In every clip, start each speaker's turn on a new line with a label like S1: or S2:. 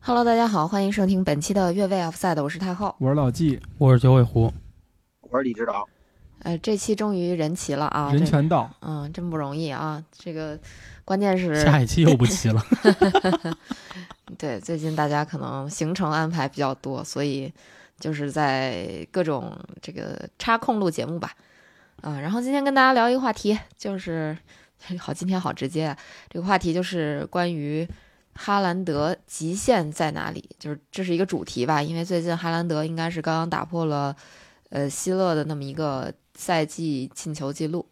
S1: Hello，大家好，欢迎收听本期的越位 Offside，我是太后。
S2: 我是老纪，
S3: 我是九尾狐，
S4: 我是李指导，
S1: 呃，这期终于人齐了啊，
S2: 人
S1: 这
S2: 权道，
S1: 嗯，真不容易啊。这个关键是
S3: 下一期又不 齐了。
S1: 对，最近大家可能行程安排比较多，所以就是在各种这个插空录节目吧。啊、然后今天跟大家聊一个话题，就是 好，今天好直接啊。这个话题就是关于哈兰德极限在哪里，就是这是一个主题吧。因为最近哈兰德应该是刚刚打破了呃希勒的那么一个赛季进球记录，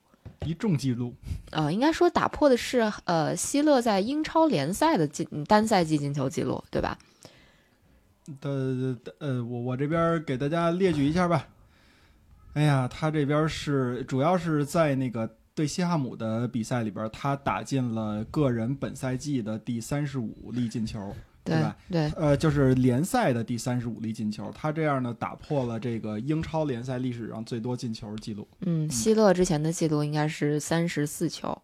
S2: 一众记录，
S1: 呃，应该说打破的是呃希勒在英超联赛的进嗯单赛季进球记录，对吧？
S2: 呃呃，我我这边给大家列举一下吧。哎呀，他这边是主要是在那个对西汉姆的比赛里边，他打进了个人本赛季的第三十五粒进球，对吧
S1: 对
S2: 呃，就是联赛的第三十五粒进球。他这样呢，打破了这个英超联赛历史上最多进球记录。
S1: 嗯，希勒之前的记录应该是三十四球，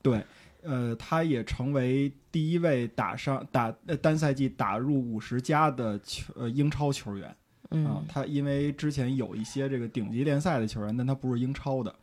S2: 呃，他也成为第一位打上打呃单赛季打入五十加的球呃英超球员。啊
S1: 嗯，，
S2: 他因为之前有一些这个顶级联赛的球员，但他不是英超的，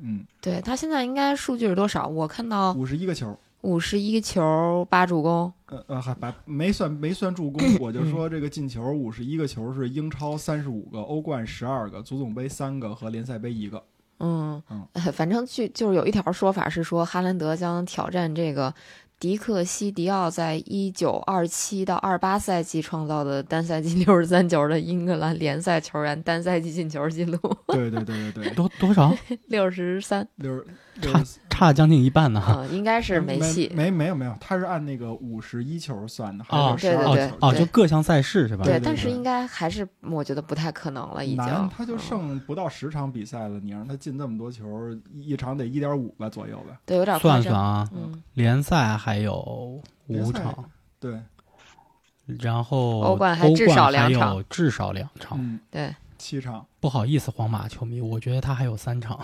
S2: 嗯，
S1: 对他现在应该数据是多少？我看到
S2: 五十一个球，
S1: 五十一球八助攻，
S2: 呃呃，还把没算没算助 攻，
S1: 嗯
S2: 我就说这个进球五十一个球是英超三十五个，欧冠十二个，足总杯三个和联赛杯一个，
S1: 嗯，
S2: 嗯
S1: 呃 反正据就是有一条说法是说哈兰德将挑战这个迪克西迪奥在一九二七到二八赛季创造的单赛季六十三球的英格兰联赛球员单赛季进球记录
S2: 对对对对对，
S3: 多多少？
S1: 六十三，
S2: 六 十六十四
S3: 差了将近一半呢。
S1: 嗯，应该是
S2: 没
S1: 没戏，
S2: 没没有没有，他是按那个五十一球算的，
S3: 哦
S2: 还是
S1: 对
S2: 十二
S3: 哦
S1: 对
S2: 球？
S3: 哦，
S1: 对
S3: 就各项赛事是吧？
S1: 对，
S2: 对
S1: 但
S2: 对
S1: 是应该还是我觉得不太可能了，已
S2: 难
S1: 经，
S2: 他就
S1: 嗯
S2: 剩不到十场比赛了，你让他进这么多球，一一场得一点五个左右吧？
S1: 对有点夸
S3: 算
S1: 张，
S3: 算啊，
S1: 嗯。
S3: 联赛还有
S2: 联
S3: 五
S2: 赛
S3: 场，
S2: 对，
S1: 哦
S3: 然后
S1: 欧冠还
S3: 欧
S1: 至少两
S3: 还有
S1: 场
S3: 至少两场。
S2: 嗯，
S1: 对，
S2: 七场。
S3: 不好意思，皇马球迷，我觉得他还有 三场。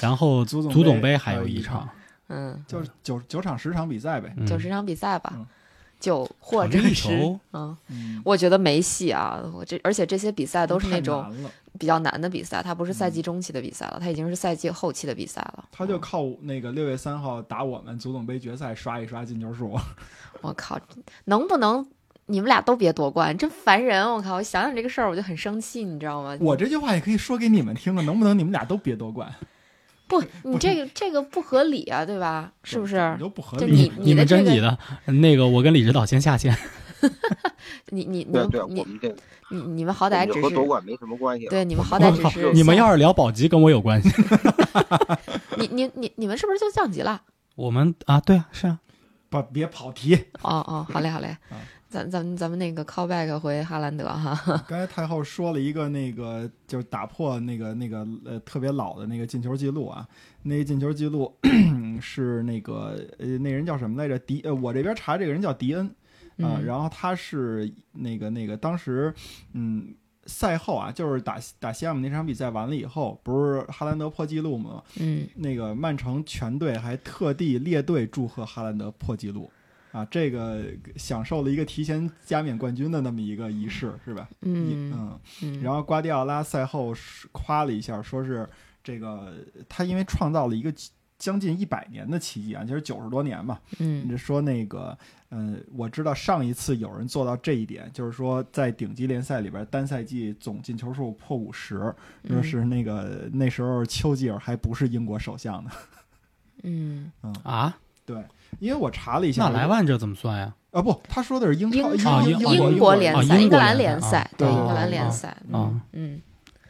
S3: 然后
S2: 足
S3: 足
S2: 总
S3: 总
S2: 杯
S3: 杯
S2: 还
S3: 还
S2: 有
S3: 有
S2: 一
S3: 一
S2: 场
S3: 场，
S1: 嗯，
S2: 就是九九场十场比赛呗。
S3: 嗯
S1: 九十场比赛吧
S2: 嗯，
S1: 九或
S3: 场
S1: 者
S3: 均一
S1: 十
S3: 球，
S1: 嗯，
S2: 嗯，
S1: 我觉得没戏啊。我这而且这些比赛都是那种
S2: 太难了，
S1: 比较难的比赛，它不是赛季
S2: 嗯
S1: 中期的比赛了，它已经是赛季后期的比赛了。
S2: 他就
S1: 嗯
S2: 靠那个六月三号打我们足总杯决赛刷一刷进 球数。
S1: 我靠，能不能你们俩都别夺冠，真烦人！我靠，我想想这个事儿我就很生气，你知道吗？
S2: 我这句话也可以说给你们听了，啊能不能你们俩都别夺冠？
S1: 不，你这个这个不合理啊，对吧？是不
S2: 怎么
S1: 是？
S2: 都不合
S1: 就
S2: 理
S1: 你？
S3: 你们
S1: 的这
S3: 真
S1: 个
S3: 挤的，那个我跟李指导先下线。
S1: 你你你
S4: 对
S1: 们
S4: 对，我
S1: 你
S4: 们这个
S1: 你你们好
S4: 我
S1: 歹
S4: 们
S1: 只
S4: 这和夺
S1: 是
S4: 冠没什么关系了。
S1: 对你们好
S3: 我
S1: 歹只
S3: 靠
S1: 是
S3: 你们
S1: 像
S3: 要是聊保级跟我有关系？
S1: 你你你你们是不是就降级了？
S3: 我们啊，对啊，是啊，
S2: 不，别跑题。
S1: 哦哦，好嘞好嘞
S2: 啊，
S1: 咱咱们咱们那个 callback 回哈兰德哈，
S2: 刚才太后说了一个那个，就是打破那个那个呃特别老的那个进球记录啊，那个进球记录 是那个呃那人叫什么来着？迪呃，我这边查这个人叫迪恩，啊，
S1: 嗯
S2: 然后他是那个那个当时，嗯，赛后啊，就是打打西汉姆那场比赛完了以后，不是哈兰德破纪录吗？
S1: 嗯，
S2: 那个曼城全队还特地列队祝贺哈兰德破纪录。啊，这个享受了一个提前加冕冠军的那么一个仪式，是吧？
S1: 嗯
S2: 嗯，
S1: 嗯，
S2: 然后瓜迪奥拉赛后是夸了一下，说是这个他因为创造了一个将近一百年的奇迹啊，就是九十多年嘛，你
S1: 嗯
S2: 就说那个，嗯、我知道上一次有人做到这一点，就是说在顶级联赛里边单赛季总进球数破五十，说
S1: 嗯
S2: 是那个那时候丘吉尔还不是英国首相呢。
S1: 嗯，
S3: 啊，
S2: 因为我查了一下，
S3: 那莱万这怎么算呀？
S2: 啊不，他说的是英
S1: 英
S2: 超
S1: 超
S2: 英
S3: 英
S2: 国
S1: 英
S2: 国
S1: 联
S3: 啊
S1: 赛、
S3: 英
S1: 英格
S3: 国
S1: 兰
S3: 联
S1: 联
S3: 赛
S1: 赛
S3: 啊，
S1: 对
S2: 对
S1: 英格
S2: 对
S1: 兰
S2: 对
S1: 联
S3: 啊
S1: 赛，
S3: 啊，
S1: 嗯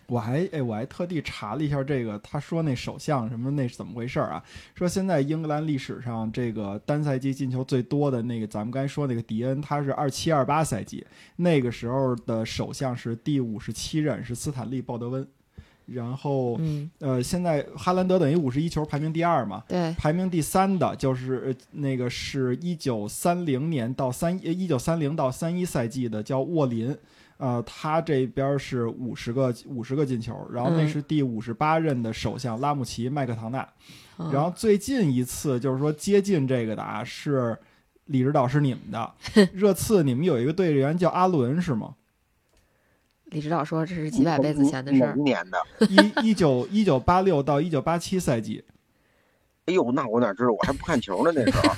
S2: 我还哎，我还特地查了一下这个，他说那首相什么那是怎么回事儿啊？说现在英格兰历史上这个单赛季进球最多的那个，咱们刚才说那个迪恩，他是二七二八赛季，那个时候的首相是第五十七任是斯坦利鲍德温，然后
S1: 嗯，
S2: 呃，现在哈兰德等于五十一球排名第二嘛。
S1: 对，
S2: 排名第三的就是呃那个是一九三零年到三一九三零到三一赛季的叫沃林，呃，他这边是五十个五十个进球，然后那
S1: 嗯
S2: 是第五十八任的首相拉姆齐麦克唐纳，
S1: 嗯
S2: 然后最近一次就是说接近这个的啊是。李指导是你们 的。热刺你们有一个队员叫阿伦是吗？
S1: 李指导说这是几百辈子前的事
S4: 哪
S1: 儿嗯
S4: 一。年的？
S2: 一一九一九八六到一九八七赛 季，
S4: 哎呦，那我哪知道？我还不看球呢，那时候。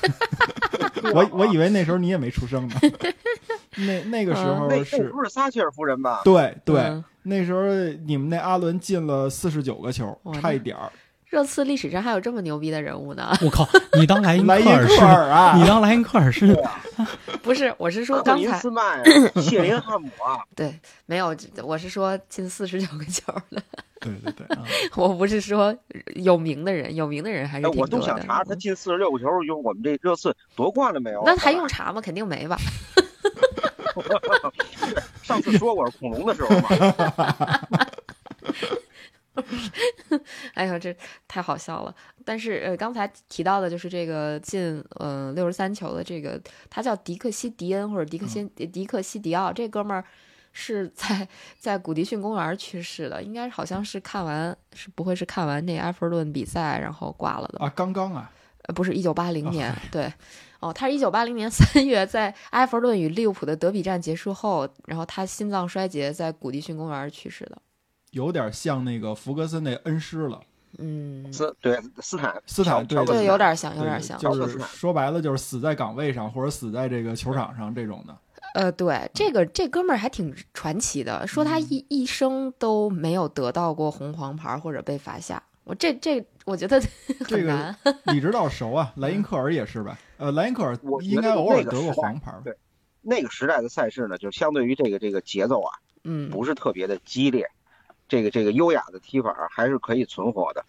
S2: 我我以为那时候你也没出生 呢。那那个时
S1: 啊
S4: 那
S2: 候
S4: 那
S2: 是，
S4: 不是撒切尔夫人吧？
S2: 对对，
S1: 嗯
S2: 那时候你们那阿伦进了四十九个球
S1: 哇，
S2: 差一点儿。
S1: 热刺历史上还有这么牛逼的人物呢？
S3: 我靠，你当莱因
S2: 莱因
S3: 尔是
S2: 克尔啊，
S3: 你当莱因克尔是
S1: 不是，我是说
S4: 克
S1: 刚
S4: 林
S1: 才
S4: 斯曼、啊 谢林汉姆啊，
S1: 对，没有，我是说进四十九个球的，
S2: 对对对，啊
S1: 我不是说有名的人，有名的人还是
S4: 哎，
S1: 挺
S4: 我
S1: 多的。嗯
S4: 都想查查他进四十六个球，用我们这热刺夺冠了没有？
S1: 那还用查吗？肯定没吧。
S4: 上次说我是恐龙的时候 嘛，
S1: 哎呦，这太好笑了。但是呃，刚才提到的就是这个进呃六十三球的这个，他叫迪克西迪恩或者迪
S2: 嗯
S1: 克西、迪克西迪奥，这哥们儿是在在古迪逊公园去世的，应该好像是看完是不会是看完那埃弗顿比赛然后挂了的吧？
S2: 啊，刚刚啊，
S1: 呃，不是一九八零
S2: 哦
S1: 年， 对，哦，他是一九八零年三月在埃弗顿与利物浦的德比战结束后，然后他心脏衰竭在古迪逊公园去世的。
S2: 有点像那个福格森那恩师了，
S1: 嗯，
S4: 斯对斯坦
S2: 斯坦
S4: 乔乔布
S2: 对
S4: 斯
S1: 对，有点啊像，有
S2: 对
S1: 点像。
S2: 就是说白了就是死在岗位上或者死在这个球场上这种的。
S1: 呃，对，这个这哥们儿还挺传奇的，说他一一生都没有得到过红黄牌或者被罚下。我这这，我觉得
S2: 这
S1: 很
S2: 个
S1: 难。
S2: 李指导熟啊，莱因克尔也是吧？呃，莱因克尔
S4: 我觉得
S2: 应该偶尔
S4: 那个
S2: 得过
S4: 时代
S2: 黄牌吧。
S4: 那个时代的赛事呢，就相对于这个这个节奏啊，
S1: 嗯，
S4: 不是特别的激烈，这个这个优雅的踢法啊还是可以存活的。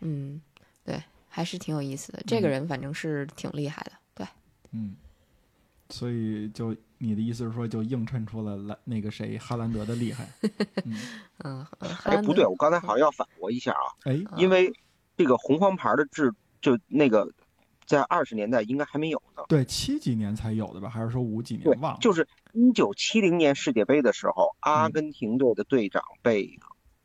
S1: 嗯，对，还是挺有意思的。这个人反正是挺厉害的，对。
S2: 嗯，所以就你的意思是说，就映衬出了莱那个谁哈兰德的 厉害？嗯，
S1: 嗯，呃
S4: 哎，不对，，我刚才好像要反驳一下啊，
S2: 哎，
S1: 哈兰德
S4: 因为这个红黄牌的制就那个在二十年代应该还没有呢。
S2: 对，七几年才有的吧？还是说五几
S4: 对
S2: 年？忘了。
S4: 就是一九七零年世界杯的时候，阿
S2: 嗯
S4: 根廷队的队长被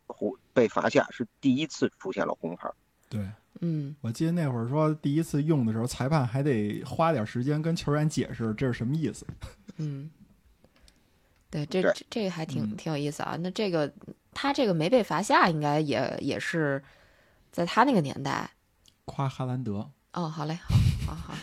S4: 红被罚下，是第一次出现了红牌。
S2: 对，
S1: 嗯，
S2: 我记得那会儿说第一次用的时候，裁判还得花点时间跟球员解释这是什么意思。
S1: 嗯，对，这
S4: 对
S1: 这这个还挺
S2: 嗯
S1: 挺有意思啊。那这个他这个没被罚下，应该也也是在他那个年代。
S2: 夸哈兰德，
S1: 哦，好嘞，好好好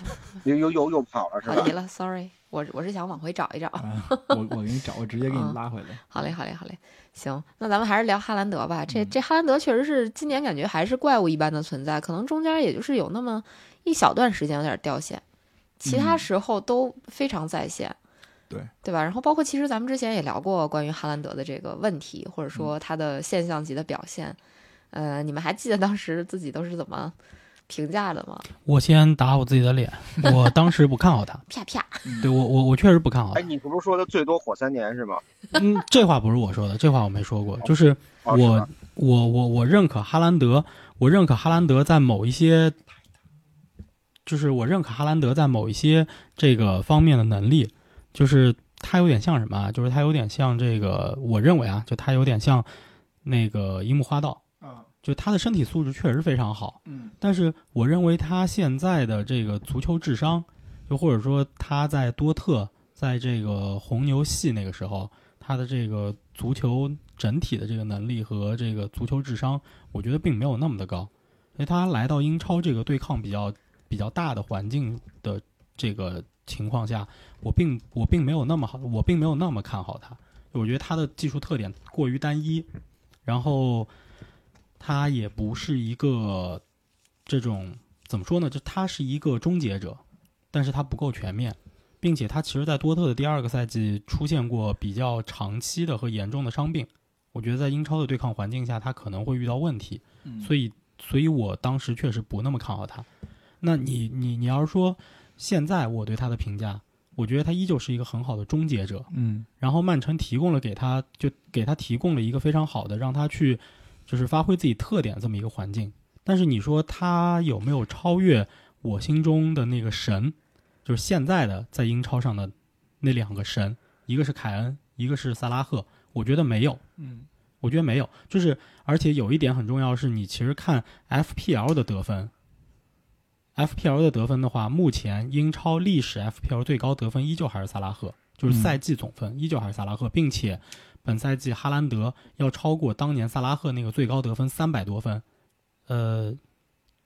S4: 又又又又跑了是
S1: 好，好
S4: 吧
S1: 极？了，sorry，我我是想往回找一找。
S2: 啊、我我给你找，我直接给你拉回来。
S1: 好嘞，好嘞，好嘞，行，那咱们还是聊哈兰德吧。
S2: 嗯
S1: 这这哈兰德确实是今年感觉还是怪物一般的存在，可能中间也就是有那么一小段时间有点掉线，其他
S2: 嗯
S1: 时候都非常在线。
S2: 对
S1: 对吧？然后包括其实咱们之前也聊过关于哈兰德的这个问题，或者
S2: 嗯
S1: 说他的现象级的表现。呃，你们还记得当时自己都是怎么评价的吗？
S3: 我先打我自己的脸，我当时不看好他，
S1: 啪啪，
S3: 对我我我确实不看好他
S4: 哎，。你不是说他最多火三年是吗？
S3: 嗯，这话不是我说的，这话我没说过，就是
S4: 哦是
S3: 我
S4: 吧
S3: 我我我认可哈兰德，我认可哈兰德在某一些，就是我认可哈兰德在某一些这个方面的能力，就是他有点像什么啊？就是他有点像这个，我认为啊，就他有点像那个樱木花道，
S2: 啊，
S3: 就他的身体素质确实非常好，
S2: 嗯
S3: 但是我认为他现在的这个足球智商，就或者说他在多特在这个红牛系那个时候，他的这个足球整体的这个能力和这个足球智商，我觉得并没有那么的高。因为他来到英超这个对抗比较比较大的环境的这个情况下，我并我并没有那么好，我并没有那么看好他。我觉得他的技术特点过于单一，然后他也不是一个这种怎么说呢？就他是一个终结者，但是他不够全面，并且他其实，在多特的第二个赛季出现过比较长期的和严重的伤病。我觉得在英超的对抗环境下，他可能会遇到问题，
S2: 嗯，
S3: 所以，所以我当时确实不那么看好他。那你你你要是说现在我对他的评价，我觉得他依旧是一个很好的终结者，
S2: 嗯
S3: 然后曼城提供了给他就给他提供了一个非常好的让他去就是发挥自己特点这么一个环境。但是你说他有没有超越我心中的那个神？就是现在的在英超上的那两个神，一个是凯恩，一个是萨拉赫，我觉得没有。
S2: 嗯
S3: 我觉得没有，就是而且有一点很重要是，你其实看 FPL 的得分， FPL 的得分的话，目前英超历史 FPL 最高得分依旧还是萨拉赫，就是赛季总分依旧还是萨拉赫，并且本赛季哈兰德要超过当年萨拉赫那个最高得分三百多分，呃，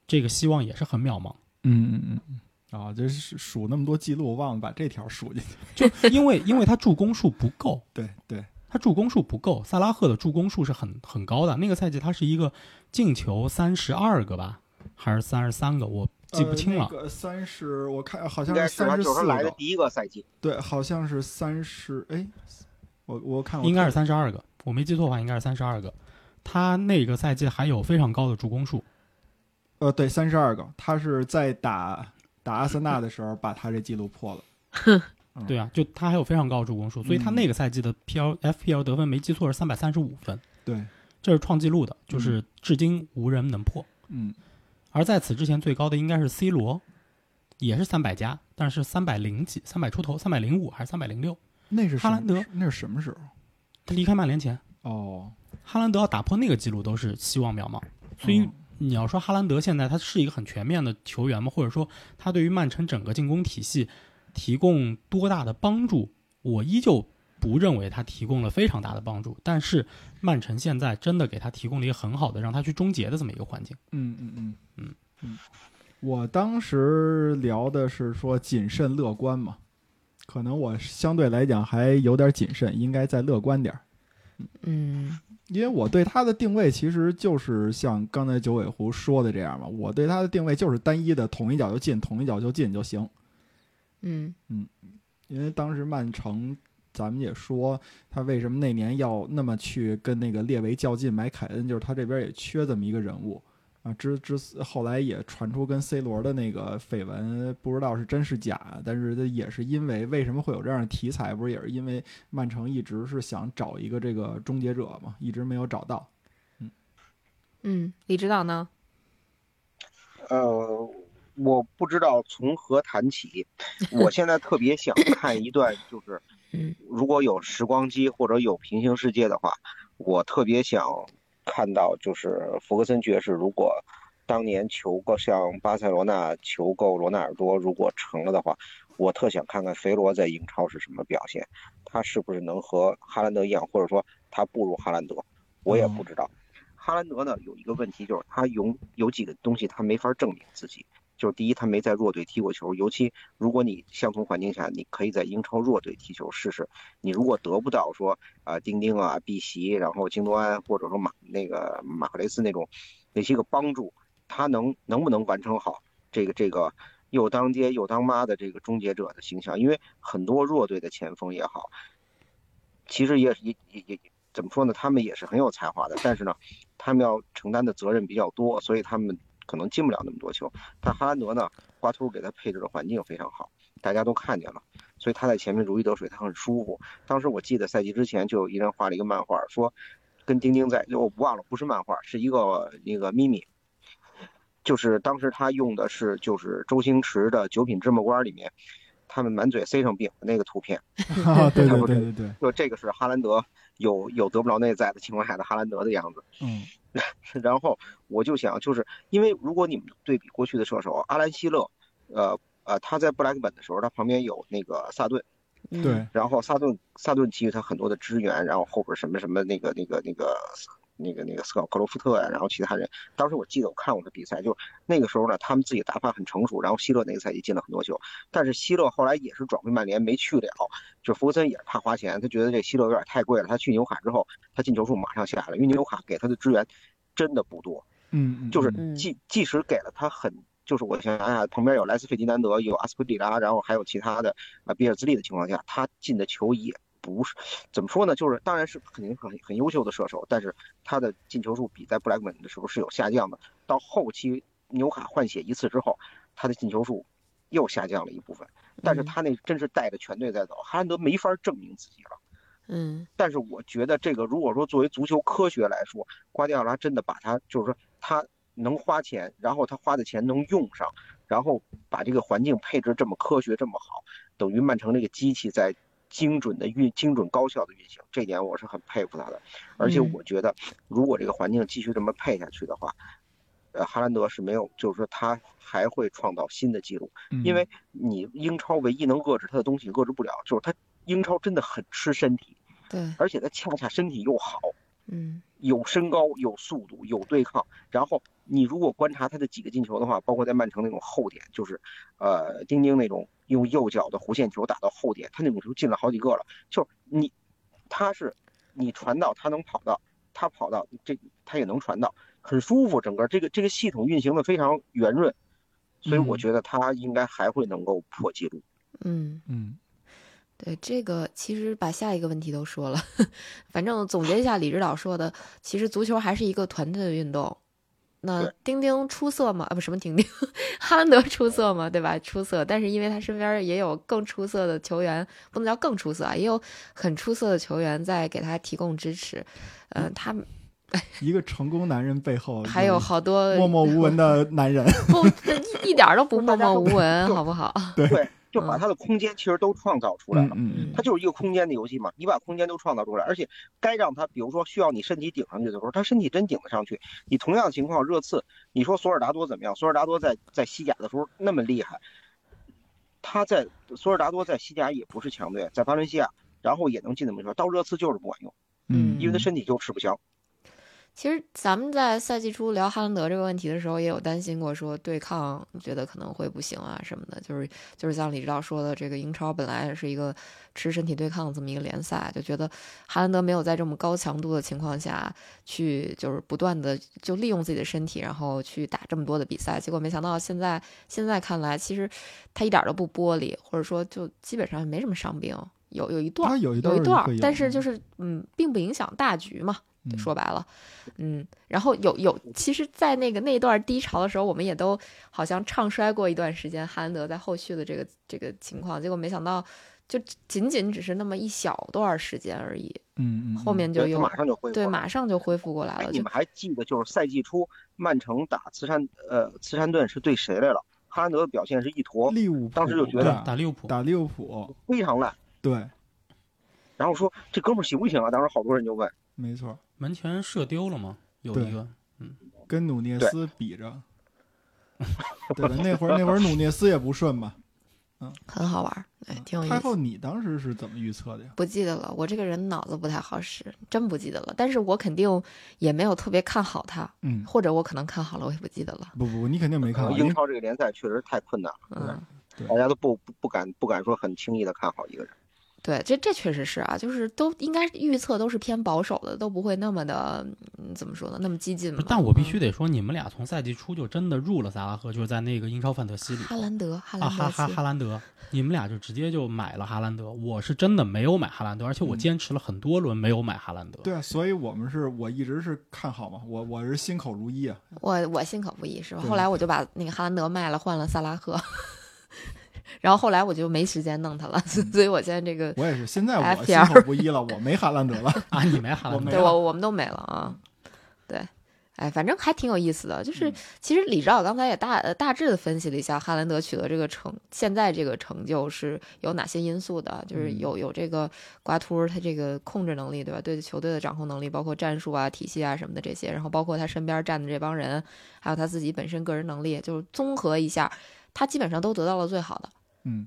S3: 这个希望也是很渺茫。
S2: 嗯嗯嗯嗯。啊，就是数那么多记录，我忘了把这条数进去。
S3: 就因为因为他助攻数不够，
S2: 对对，
S3: 他助攻数不够，萨拉赫的助攻数是很很高的。那个赛季他是一个进球三十二个吧，还是三十三个，我记不清了。
S2: 呃那个三十，我看好
S4: 应
S2: 像
S4: 该
S2: 是
S4: 是他
S2: 三十
S4: 九
S2: 四
S4: 十来的
S2: 个，
S4: 第一个赛季，
S2: 对，好像是三十。哎，我我看我
S3: 应该是三十二个，我没记错的话，应该是三十二个。他那个赛季还有非常高的助攻数，
S2: 呃，对，三十二个，他是在打打阿森纳的时候把他这记录破了。
S3: 对啊，就他还有非常高的助攻数，所以他
S2: 嗯
S3: 那个赛季的 PL FPL 得分没记错是三百三十五分，
S2: 对，
S3: 这是创纪录的，就是至今无人能破。
S2: 嗯
S3: 而在此之前最高的应该是 C 罗，也是三百加，但是三百零几、三百出头、三百零五还是三百零六，，
S2: 那是
S3: 哈
S2: 什
S3: 兰
S2: 么
S3: 德
S2: 时，那是什么时候？
S3: 他离开曼联前，
S2: 哦，
S3: 哈兰德要打破那个记录都是希望渺茫，所以
S2: 嗯
S3: 你要说哈兰德现在他是一个很全面的球员吗？或者说他对于曼城整个进攻体系提供多大的帮助？我依旧不认为他提供了非常大的帮助，但是曼城现在真的给他提供了一个很好的让他去终结的这么一个环境。
S2: 嗯嗯嗯
S3: 嗯
S2: 嗯，我当时聊的是说谨慎乐观嘛，可能我相对来讲还有点谨慎，应该再乐观点儿。
S1: 嗯
S2: 因为我对他的定位其实就是像刚才九尾狐说的这样嘛，我对他的定位就是单一的，捅一脚就进，捅一脚就进就行。
S1: 嗯
S2: 因为当时曼城，咱们也说他为什么那年要那么去跟那个列维较劲买凯恩，就是他这边也缺这么一个人物啊。之之后来也传出跟 C 罗的那个绯闻，不知道是真是假，但是这也是因为为什么会有这样的题材，不是也是因为曼城一直是想找一个这个终结者嘛，一直没有找 到。
S1: 嗯，李指导呢？
S4: 呃，我不知道从何谈起。我现在特别想看一段，就是
S1: 嗯
S4: 如果有时光机或者有平行世界的话，我特别想看到，就是弗格森爵士如果当年求购向巴塞罗那求购罗纳尔多，如果成了的话，我特想看看肥罗在英超是什么表现，他是不是能和哈兰德一样，或者说他不如哈兰德，我也不知道。哈兰德呢有一个问题，就是他有有几个东西他没法证明自己，就是第一，他没在弱队踢过球，尤其如果你相同环境下，你可以在英超弱队踢球试试。你如果得不到说啊、丁丁啊、碧玺，然后京多安或者说马那个马赫雷斯那种那些个帮助，他能能不能完成好这个这个又当爹又当妈的这个终结者的形象？因为很多弱队的前锋也好，其实也也也也怎么说呢？他们也是很有才华的，但是呢，他们要承担的责任比较多，所以他们可能进不了那么多球。但哈兰德呢，瓜托给他配置的环境非常好，大家都看见了，所以他在前面如鱼得水，他很舒服。当时我记得赛季之前就有一人画了一个漫画，说跟丁丁在，我忘了不是漫画，是一个那个咪咪，就是当时他用的是就是周星驰的《九品芝麻官》里面，他们满嘴塞上饼的那个图片。
S2: 啊，对
S4: 他
S2: 对
S4: 不是
S2: 对对对，
S4: 就这个是哈兰德有有德布劳内在的情况下的哈兰德的样子。
S2: 嗯
S4: 然后我就想，就是因为如果你们对比过去的射手阿兰希勒，呃呃，他在布莱克本的时候，他旁边有那个萨顿，
S1: 嗯，
S2: 对，
S4: 然后萨顿萨顿给予他很多的支援，然后后边什么什么那个那个那个那个那个斯考克罗夫特呀、然后其他人。当时我记得我看过他比赛，就那个时候呢，他们自己打法很成熟，然后希勒那个赛季进了很多球，但是希勒后来也是转回曼联没去了，就弗格森也是怕花钱，他觉得这希勒有点太贵了，他去纽卡之后，他进球数马上下来，因为纽卡给他的支援真的不多，
S2: 嗯，嗯
S4: 就是
S1: 嗯
S4: 即即使给了他很，就是我想想啊，旁边有莱斯费迪南德，有阿斯奎利拉，然后还有其他的啊比尔兹利的情况下，他进的球也不是怎么说呢？就是当然是肯定很很优秀的射手，但是他的进球数比在布莱克本的时候是有下降的。到后期纽卡换血一次之后，他的进球数又下降了一部分，但是
S1: 嗯
S4: 他那真是带着全队在走，哈兰德没法证明自己了。
S1: 嗯
S4: 但是我觉得这个，如果说作为足球科学来说，瓜迪奥拉真的把他，就是说他能花钱，然后他花的钱能用上，然后把这个环境配置这么科学这么好，等于曼城这个机器在精准的运、精准高效的运行，这点我是很佩服他的。而且
S1: 嗯
S4: 我觉得，如果这个环境继续这么配下去的话，呃，哈兰德是没有，就是说他还会创造新的记录，
S2: 嗯
S4: 因为你英超唯一能遏制他的东西遏制不了，就是他英超真的很吃身体，
S1: 对，
S4: 而且他恰恰身体又好，
S1: 嗯
S4: 有身高，有速度，有对抗。然后你如果观察他的几个进球的话，包括在曼城那种后点，就是，呃，丁丁那种用右脚的弧线球打到后点，他那种球进了好几个了。就是你，他是你传到他能跑到，他跑到这他也能传到，很舒服。整个这个这个系统运行的非常圆润，所以我
S2: 嗯
S4: 觉得他应该还会能够破纪录。
S1: 嗯，
S2: 嗯，
S1: 对，这个其实把下一个问题都说了， 反正总结一下李指导说的，其实足球还是一个团队运动。那
S4: 对
S1: 丁丁出色吗？啊，不，什么丁 丁，哈兰德出色吗？对吧？出色，但是因为他身边也有更出色的球员，不能叫更出色啊，也有很出色的球员在给他提供支持。呃，他
S2: 一个成功男人背后
S1: 还有好多
S2: 默默无闻的男人，
S1: 不 一一点儿都不默默无闻，
S4: 就
S1: 好不好？
S4: 对，就把他的空间其实都创造 出来了。
S2: 嗯
S4: 它就是一个空间的游戏嘛，你把空间都创造出来，而且该让他，比如说需要你身体顶上去的时候，他身体真顶得上去。你同样的情况，热刺，你说索尔达多怎么样？索尔达多在在西甲的时候那么厉害，他在索尔达多在西甲也不是强队，在巴伦西亚，然后也能进那么一球，到热刺就是不管用，
S1: 嗯
S4: 因为他身体就吃不消。
S1: 其实咱们在赛季初聊哈兰德这个问题的时候，也有担心过，说对抗觉得可能会不行啊什么的。就是就是像李指导说的，这个英超本来是一个吃身体对抗这么一个联赛，就觉得哈兰德没有在这么高强度的情况下去，就是不断的就利用自己的身体，然后去打这么多的比赛。结果没想到现在现在看来，其实他一点都不玻璃，或者说就基本上没什么伤病。有有一段儿
S2: 他有
S1: 嗯有
S2: 一段
S1: 一段
S2: 会
S1: 儿，但是就是嗯，并不影响大局嘛。
S2: 嗯
S1: 说白了，嗯，然后有有，其实，在那个那一段低潮的时候，我们也都好像唱衰过一段时间哈兰德在后续的这个这个情况，结果没想到，就仅仅只是那么一小段时间而已，
S2: 嗯嗯，
S1: 后面就
S4: 对他
S1: 有
S4: 马上就恢复了。
S1: 对马上就恢复过来
S4: 哎，
S1: 了，
S4: 你
S1: 就
S4: 们还记得就是赛季初曼城打慈善呃慈善顿是对谁来了？哈兰德的表现是一坨
S2: 利物浦
S4: 当时就觉
S3: 对
S4: 得
S2: 啊
S3: 打利物浦，
S2: 打利物浦，
S4: 非常烂。
S2: 对，
S4: 然后说这哥们儿行不行啊？当时好多人就问，
S2: 没错，
S3: 门前射丢了吗？有
S2: 对
S3: 一个，
S2: 跟努涅斯比着，对吧？那会儿那会儿努涅斯也不顺嘛，
S1: 很好玩儿，哎，挺有意
S2: 太
S1: 思
S2: 后。你当时是怎么预测的呀？
S1: 不记得了，我这个人脑子不太好使，真不记得了。但是我肯定也没有特别看好他，
S2: 嗯，
S1: 或者我可能看好了，我也不记得了。
S2: 不不，你肯定没看好，
S4: 呃英超这个联赛确实太困难了，
S1: 嗯，
S2: 对
S4: 大家都不不不敢不敢说很轻易的看好一个人。
S1: 对，这这确实是啊，就是都应该预测都是偏保守的，都不会那么的，嗯，怎么说呢，那么激进
S3: 不
S1: 嘛
S3: 是。但我必须得说，你们俩从赛季初就真的入了萨拉赫，就是在那个英超范特西
S1: 嗯
S3: 里
S1: 哈兰德，哈
S3: 啊，
S1: 兰
S3: 哈
S1: 德
S3: 哈
S1: 系，
S3: 哈兰德，你们俩就直接就买了哈兰德。我是真的没有买哈兰德，而且我
S2: 嗯
S3: 坚持了很多轮没有买哈兰德。
S2: 对啊，所以我们是我一直是看好嘛，我我是心口如一啊，
S1: 我我信口不一是吧？
S2: 对
S1: 后来我就把那个哈兰德卖了，换了萨拉赫， 然后后来我就没时间弄他了，所以我现在这个
S2: 我也是，现在我心
S1: FPL
S2: 口不一了，我没哈兰德了，
S3: 啊，你没哈兰
S2: 我
S3: 德
S2: 没
S1: 对
S2: 了
S1: 我我们都没了啊。对，哎，反正还挺有意思的。就是
S2: 嗯
S1: 其实李指导刚才也大呃大致的分析了一下哈兰德取得这个成现在这个成就是有哪些因素的，就是
S2: 嗯
S1: 有有这个瓜秃儿他这个控制能力，对吧？对球队的掌控能力，包括战术啊、体系啊什么的这些，然后包括他身边站的这帮人，还有他自己本身个人能力，就是综合一下，他基本上都得到了最好的。
S2: 嗯，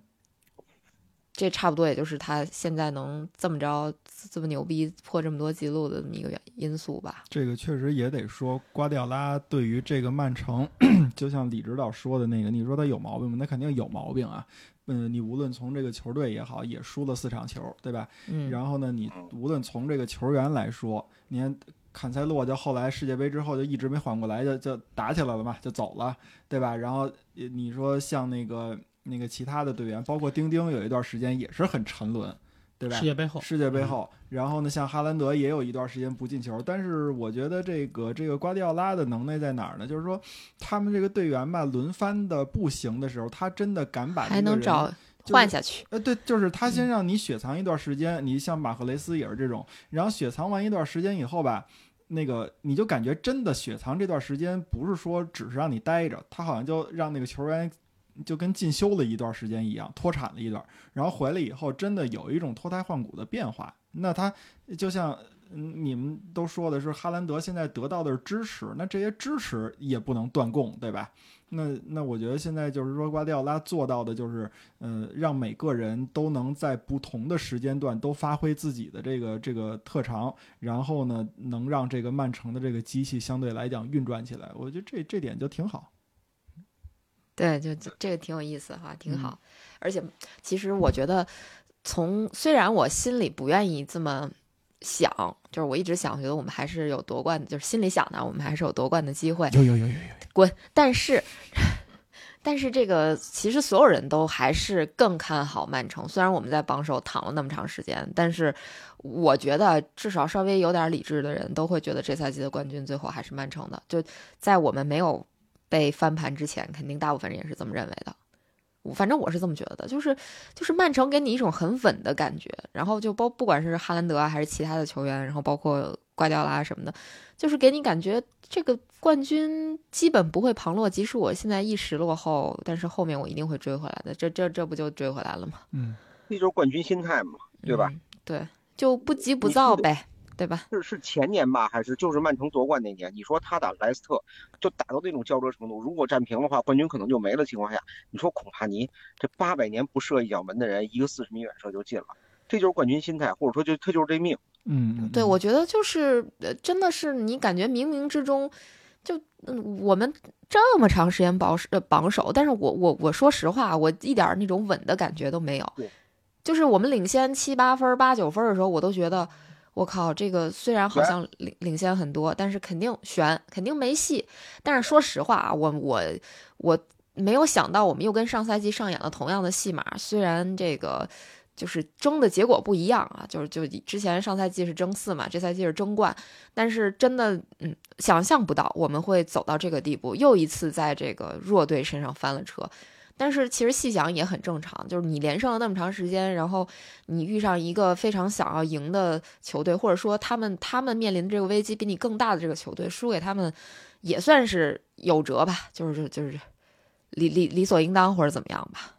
S1: 这差不多也就是他现在能这么着这么牛逼破这么多记录的这么一个原因素吧。
S2: 这个确实也得说，瓜迪奥拉对于这个曼城， 就像李指导说的那个，你说他有毛病吗？他肯定有毛病啊。嗯，你无论从这个球队也好，也输了四场球，对吧？
S1: 嗯，
S2: 然后呢，你无论从这个球员来说，你看坎塞洛就后来世界杯之后就一直没缓过来，就就打起来了嘛，就走了，对吧？然后呃你说像那个那个其他的队员，包括丁丁，有一段时间也是很沉沦，对吧？
S3: 世界 杯后，
S2: 世界
S1: 嗯
S2: 杯后，然后呢，像哈兰德也有一段时间不进球，但是我觉得这个这个瓜迪奥拉的能耐在哪儿呢？就是说，他们这个队员吧，轮番的不行的时候，他真的敢把这个
S1: 还能
S2: 人
S1: 找
S2: 就是
S1: 换下去。
S2: 呃，对，就是他先让你雪藏一段时间，你像马赫雷斯也是这种，然后雪藏完一段时间以后吧，那个你就感觉真的雪藏这段时间不是说只是让你待着，他好像就让那个球员就跟进修了一段时间一样，脱产了一段，然后回来以后真的有一种脱胎换骨的变化。那他就像嗯，你们都说的是哈兰德现在得到的是支持，那这些支持也不能断供，对吧？那那我觉得现在就是说，瓜迪奥拉做到的就是，嗯、让每个人都能在不同的时间段都发挥自己的这个这个特长，然后呢，能让这个曼城的这个机器相对来讲运转起来。我觉得这这点就挺好。
S1: 对，就这这个挺有意思哈，
S2: 嗯
S1: 挺好。而且，其实我觉得从，虽然我心里不愿意这么想，就是我一直想，觉得我们还是有夺冠的，就是心里想的，我们还是有夺冠的机会。
S2: 有有有有有，
S1: 滚！但是， 但是这个其实所有人都还是更看好曼城。虽然我们在榜首躺了那么长时间，但是我觉得至少稍微有点理智的人都会觉得这赛季的冠军最后还是曼城的。就在我们没有被翻盘之前，肯定大部分人也是这么认为的。我反正我是这么觉得的，就是就是曼城给你一种很稳的感觉，然后就包不管是哈兰德啊还是其他的球员，然后包括瓜迪奥拉什么的，就是给你感觉这个冠军基本不会旁落，即使我现在一时落后，但是后面我一定会追回来的。这这这不就追回来了吗？
S2: 嗯，
S4: 这就是冠军心态嘛，对吧？
S1: 嗯对，就不急不躁呗，对吧？
S4: 是是前年吧，还是就是曼城夺冠那年？你说他打莱斯特，就打到那种焦灼程度，如果战平的话，冠军可能就没了情况下，你说孔帕尼这八百年不射一脚门的人，一个四十米远射就进了，这就是冠军心态，或者说就他就是这命。
S2: 嗯，嗯
S1: 对，
S2: 嗯
S1: 我觉得就是呃，真的是你感觉冥冥之中，就嗯，我们这么长时间榜呃榜首，但是我我我说实话，我一点儿那种稳的感觉都没有
S4: 对。
S1: 就是我们领先七八分儿、八九分儿的时候，我都觉得我靠，这个虽然好像领领先很多，但是肯定悬，肯定没戏。但是说实话啊，我我我没有想到，我们又跟上赛季上演了同样的戏码。虽然这个就是争的结果不一样啊，就是就之前上赛季是争四嘛，这赛季是争冠，但是真的，嗯，想象不到我们会走到这个地步，又一次在这个弱队身上翻了车。但是其实细想也很正常，就是你连胜了那么长时间，然后你遇上一个非常想要赢的球队，或者说他们他们面临的这个危机比你更大的这个球队，输给他们也算是有辙吧，就是就是理理理所应当或者怎么样吧。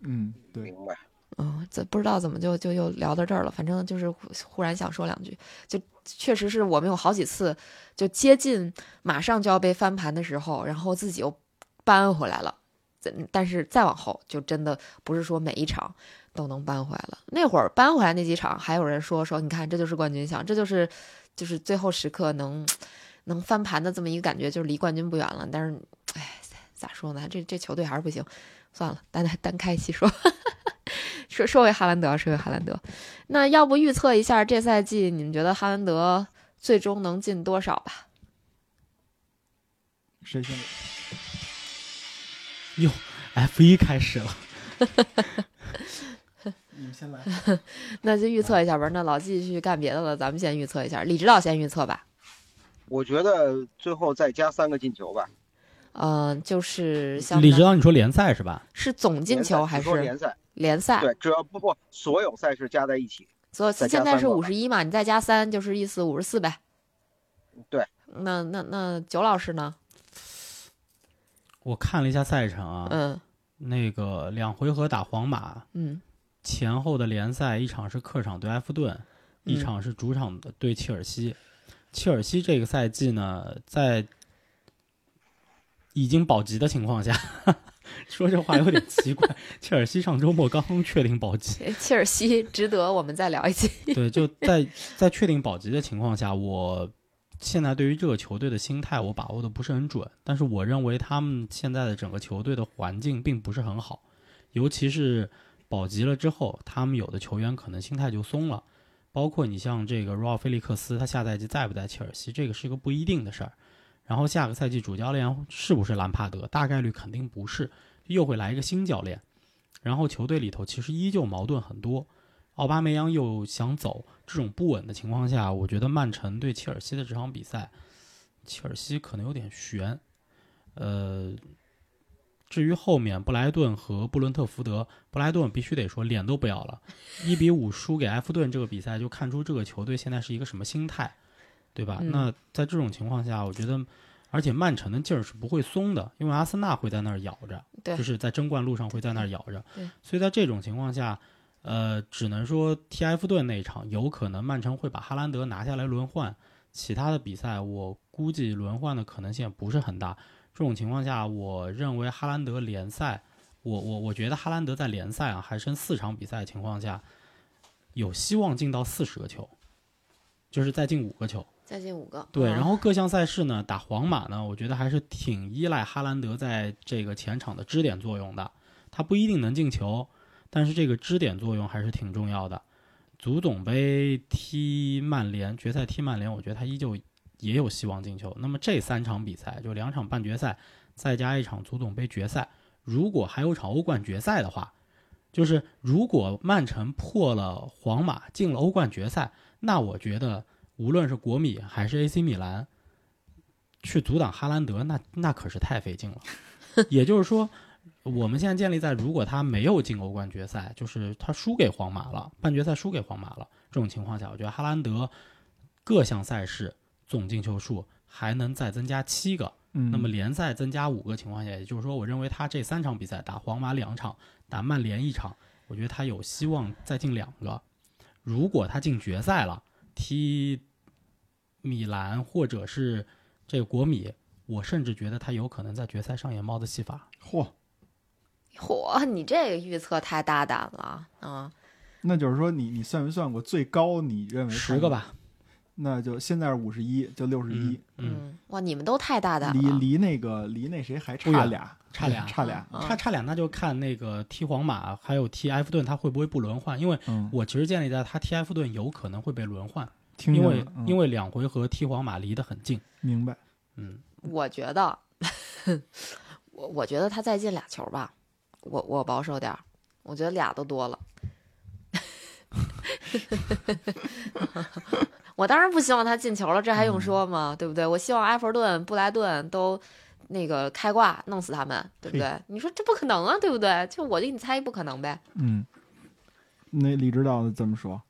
S2: 嗯，对，
S4: 明白？
S1: 嗯，这不知道怎么就就又聊到这儿了，反正就是忽忽然想说两句，就确实是我们有好几次就接近马上就要被翻盘的时候，然后自己又扳回来了，再但是再往后就真的不是说每一场都能扳回来了。那会儿扳回来那几场，还有人说说你看这就是冠军相，这就是就是最后时刻能能翻盘的这么一个感觉，就是离冠军不远了。但是，哎，咋说呢？这这球队还是不行，算了，单单开一期说。说说回哈兰德，说回哈兰德，那要不预测一下这赛季你们觉得哈兰德最终能进多少吧？
S2: 谁先？
S3: F 一开始了，
S2: 你们先来。
S1: 那就预测一下吧。那老季去干别的了，咱们先预测一下。李指导先预测吧。
S4: 我觉得最后再加三个进球吧，
S1: 嗯、就是相
S3: 李
S1: 当
S3: 指导，你说联赛是吧？
S1: 是总进
S4: 联赛
S1: 球还
S4: 你说
S1: 是
S4: 联赛？
S1: 联赛？
S4: 对，只要不不所有赛事加在一起，
S1: 所以
S4: 再加
S1: 现在
S4: 三
S1: 是
S4: 个
S1: 五
S4: 吧
S1: 十一嘛，你再加三就是意思五十四呗。
S4: 嗯对。
S1: 那那那九老师呢？
S3: 我看了一下赛程啊，
S1: 嗯
S3: 那个两回合打皇马，
S1: 嗯
S3: 前后的联赛一场是客场对埃弗顿，一场是主场对切尔西。切尔西这个赛季呢，在已经保级的情况下， 说这话有点奇怪。切尔西上周末刚刚确定保级，
S1: 切尔西值得我们再聊一期。
S3: 对，就在在确定保级的情况下，我现在对于这个球队的心态我把握的不是很准，但是我认为他们现在的整个球队的环境并不是很好，尤其是保级了之后，他们有的球员可能心态就松了，包括你像这个若奥菲利克斯，他下赛季在不在切尔西，这个是一个不一定的事儿。然后下个赛季主教练是不是兰帕德？大概率肯定不是，又会来一个新教练。然后球队里头其实依旧矛盾很多，奥巴梅扬又想走，这种不稳的情况下，我觉得曼城对切尔西的这场比赛，切尔西可能有点悬。呃，至于后面布莱顿和布伦特福德，布莱顿必须得说脸都不要了，一比五输给埃弗顿这个比赛，就看出这个球队现在是一个什么心态，对吧？
S1: 嗯
S3: 那在这种情况下，我觉得，而且曼城的劲儿是不会松的，因为阿森纳会在那儿咬着。
S1: 对
S3: 就，是在争冠路上会在那儿咬着
S1: 对。
S3: 所以在这种情况下，呃，只能说 T 埃弗顿那一场有可能曼城会把哈兰德拿下来轮换，其他的比赛我估计轮换的可能性不是很大。这种情况下，我认为哈兰德联赛，我我我觉得哈兰德在联赛啊还剩四场比赛的情况下，有希望进到四十个球，就是再进五个球。
S1: 再进五个。
S3: 对，
S1: 嗯
S3: 然后各项赛事呢，打皇马呢，我觉得还是挺依赖哈兰德在这个前场的支点作用的。他不一定能进球，但是这个支点作用还是挺重要的。足总杯踢曼联，决赛踢曼联，我觉得他依旧也有希望进球。那么这三场比赛，就两场半决赛，再加一场足总杯决赛，如果还有场欧冠决赛的话，就是如果曼城破了皇马，进了欧冠决赛，那我觉得无论是国米还是 AC 米兰，去阻挡哈兰德，那那可是太费劲了。 也就是说，我们现在建立在如果他没有进欧冠决赛，就是他输给皇马了，半决赛输给皇马了这种情况下，我觉得哈兰德各项赛事总进球数还能再增加七个，
S2: 嗯，
S3: 那么联赛增加五个情况下，也就是说，我认为他这三场比赛打皇马两场，打曼联一场，我觉得他有希望再进两个。如果他进决赛了，踢米兰或者是这个国米，我甚至觉得他有可能在决赛上演帽子戏法。
S2: 嗯嚯，
S1: 嗯嚯，你这个预测太大胆了啊！
S2: 那就是说你你算没算过最高？你认为
S3: 十个？吧，
S2: 那就现在是五十一，就六十一，
S3: 嗯，
S1: 嗯，哇，你们都太大胆
S2: 离
S1: 了。
S2: 离那个离那谁还
S3: 不
S2: 差
S3: 远
S2: 俩，
S3: 差 俩
S2: 差嗯俩。
S1: 啊
S3: 差差俩，那就看那个踢皇马还有踢埃弗顿，他会不会不轮换？因为
S2: 嗯，
S3: 我其实建立在他踢埃弗顿有可能会被轮换，
S2: 听
S3: 因
S2: 见
S3: 为
S2: 了嗯
S3: 因为两回合踢皇马离得很近，
S2: 明白。
S3: 嗯，
S1: 我觉得， 我我觉得他再进俩球吧，我我保守点儿，我觉得俩都多了。 我当然不希望他进球了，这还
S2: 嗯
S1: 用说吗？对不对？我希望埃弗顿、布莱顿都那个开挂，弄死他们，对不对？你说这不可能啊，对不对？就我给你猜不可能呗。
S2: 嗯，那李指导怎么 说？啊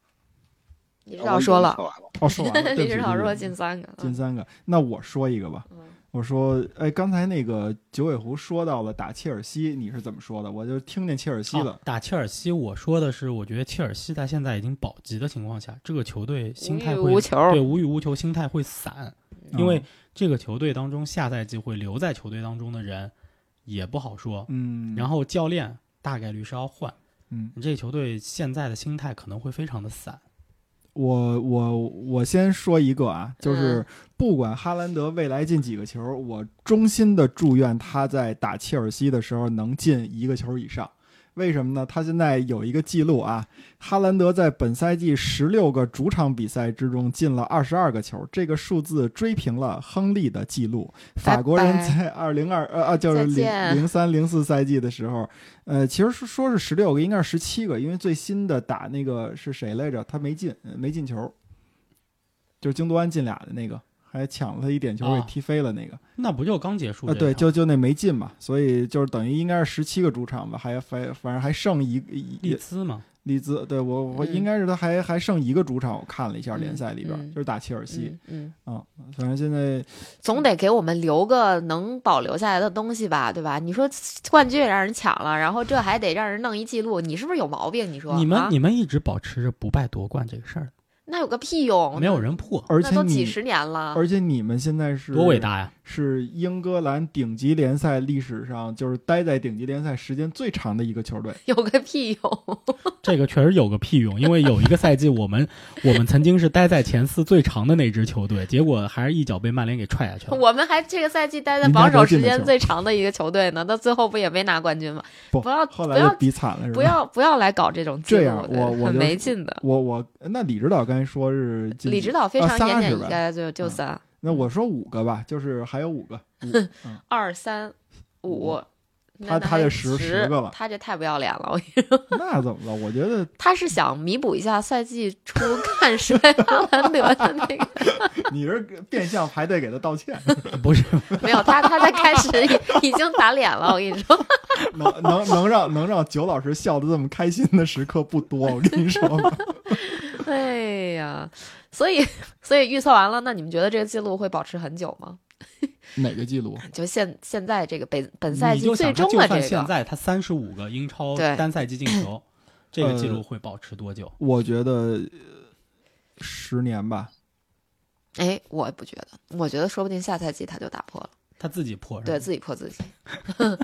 S1: 李指
S4: 我
S1: 导
S4: 已
S1: 说
S4: 经
S1: 了
S4: 测，完了，
S2: 哦，说 完了。对
S1: 李
S2: 不起
S1: 指导
S2: 对不
S1: 说
S2: 起
S1: 进三个，
S2: 进
S1: 嗯
S2: 三个，那我说一个吧。
S1: 嗯
S2: 我说，哎，刚才那个九尾狐说到了打切尔西，你是怎么说的？我就听见切尔西了
S3: 啊。打切尔西，我说的是，我觉得切尔西在现在已经保级的情况下，这个球队心态
S1: 无欲
S3: 会
S1: 无求
S3: 对无欲无求，心态会散，啊
S2: 嗯
S3: 因为这个球队当中下赛季会留在球队当中的人也不好说，
S2: 嗯，
S3: 然后教练大概率是要换，
S2: 嗯，
S3: 这球队现在的心态可能会非常的散。
S2: 我我我先说一个
S1: 嗯
S2: 啊，就是不管哈兰德未来进几个球，我衷心的祝愿他在打切尔西的时候能进一个球以上。为什么呢？他现在有一个记录啊，哈兰德在本赛季十六个主场比赛之中进了二十二个球，这个数字追平了亨利的记录。法国人
S1: 拜拜
S2: 在二零二呃呃就是
S1: 再
S2: 零
S1: 见
S2: 零三零四赛季的时候，呃，其实说说是十六个，应该是十七个，因为最新的打那个是谁来着？他没进，呃没进球，就是京多安进俩的那个，还抢了他一点球给
S3: 啊
S2: 踢飞了那个。
S3: 那不就刚结束
S2: 啊，
S3: 这
S2: 对，
S3: 一场
S2: 就就那没进嘛，所以就是等于应该是十七个主场吧，还反反正还剩一一
S3: 利
S2: 一
S3: 兹嘛，
S2: 利兹，对我我
S1: 嗯
S2: 应该是他还还剩一个主场，我看了一下
S1: 嗯
S2: 联赛里边，
S1: 嗯
S2: 就是打切尔西
S1: 嗯嗯，
S2: 啊、嗯反正现在嗯
S1: 总得给我们留个能保留下来的东西吧，对吧？你说冠军也让人抢了，然后这还得让人弄一记录，你是不是有毛病？你说
S3: 你们、
S1: 啊、
S3: 你们一直保持着不败夺冠这个事儿，
S1: 那有个屁用？
S3: 没有人破，
S2: 而
S1: 那
S2: 且
S1: 都几
S2: 你
S1: 十年了，
S2: 而且你们现在是
S3: 多伟大呀！
S2: 是英格兰顶级联赛历史上就是待在顶级联赛时间最长的一个球队。
S1: 有个屁用？
S3: 这个确实有个屁用，因为有一个赛季我们我们曾经是待在前四最长的那支球队，结果还是一脚被曼联给踹下去了。
S1: 我们还这个赛季待在
S2: 人家
S1: 榜首
S2: 都进
S1: 时
S2: 了
S1: 间
S2: 球
S1: 最长的一个球队呢，到最后不也没拿冠军吗？
S2: 不
S1: 不要
S2: 后
S1: 不
S2: 来就
S1: 要
S2: 比惨了，是吧？
S1: 不要不要来搞这种记
S2: 这
S1: 录
S2: 样
S1: 的，
S2: 我我
S1: 很
S2: 就
S1: 没劲的。
S2: 我我那李指导刚才说是进
S1: 李
S2: 几
S1: 指导非
S2: 啊
S1: 常
S2: 仨
S1: 言简
S2: 是
S1: 意
S2: 吧
S1: 赅，
S2: 嗯
S1: 就就三
S2: 那我说五个吧，就是还有五个，五嗯
S1: 二三五。
S2: 他
S1: 那那
S2: 他
S1: 还
S2: 这
S1: 有
S2: 十
S1: 十
S2: 十个了
S1: 他这太不要脸了！我
S2: 那怎么了？我觉得
S1: 他是想弥补一下赛季初 看衰哈兰德的那个，
S2: 你是变相排队给他道歉，
S3: 不是，
S1: 没有他，他在开始已已经打脸了。我跟你说，
S2: 能能能让能让九老师笑得这么开心的时刻不多，我跟你说吧。
S1: 哎呀，所以 所以预测完了，那你们觉得这个记录会保持很久吗？
S2: 哪个记录？
S1: 就现现在这个本本赛
S3: 你
S1: 季
S3: 就
S1: 最
S3: 想他
S1: 终
S3: 就
S1: 的
S3: 算
S1: 这
S3: 现
S1: 个，
S3: 在他三十五个英超
S1: 对
S3: 单赛季进球，这个记录会保持多久？
S2: 我觉得呃十年吧，
S1: 哎，我不觉得，我觉得说不定下赛季他就打破了，
S3: 他自己破是吧
S1: 对自己破自己。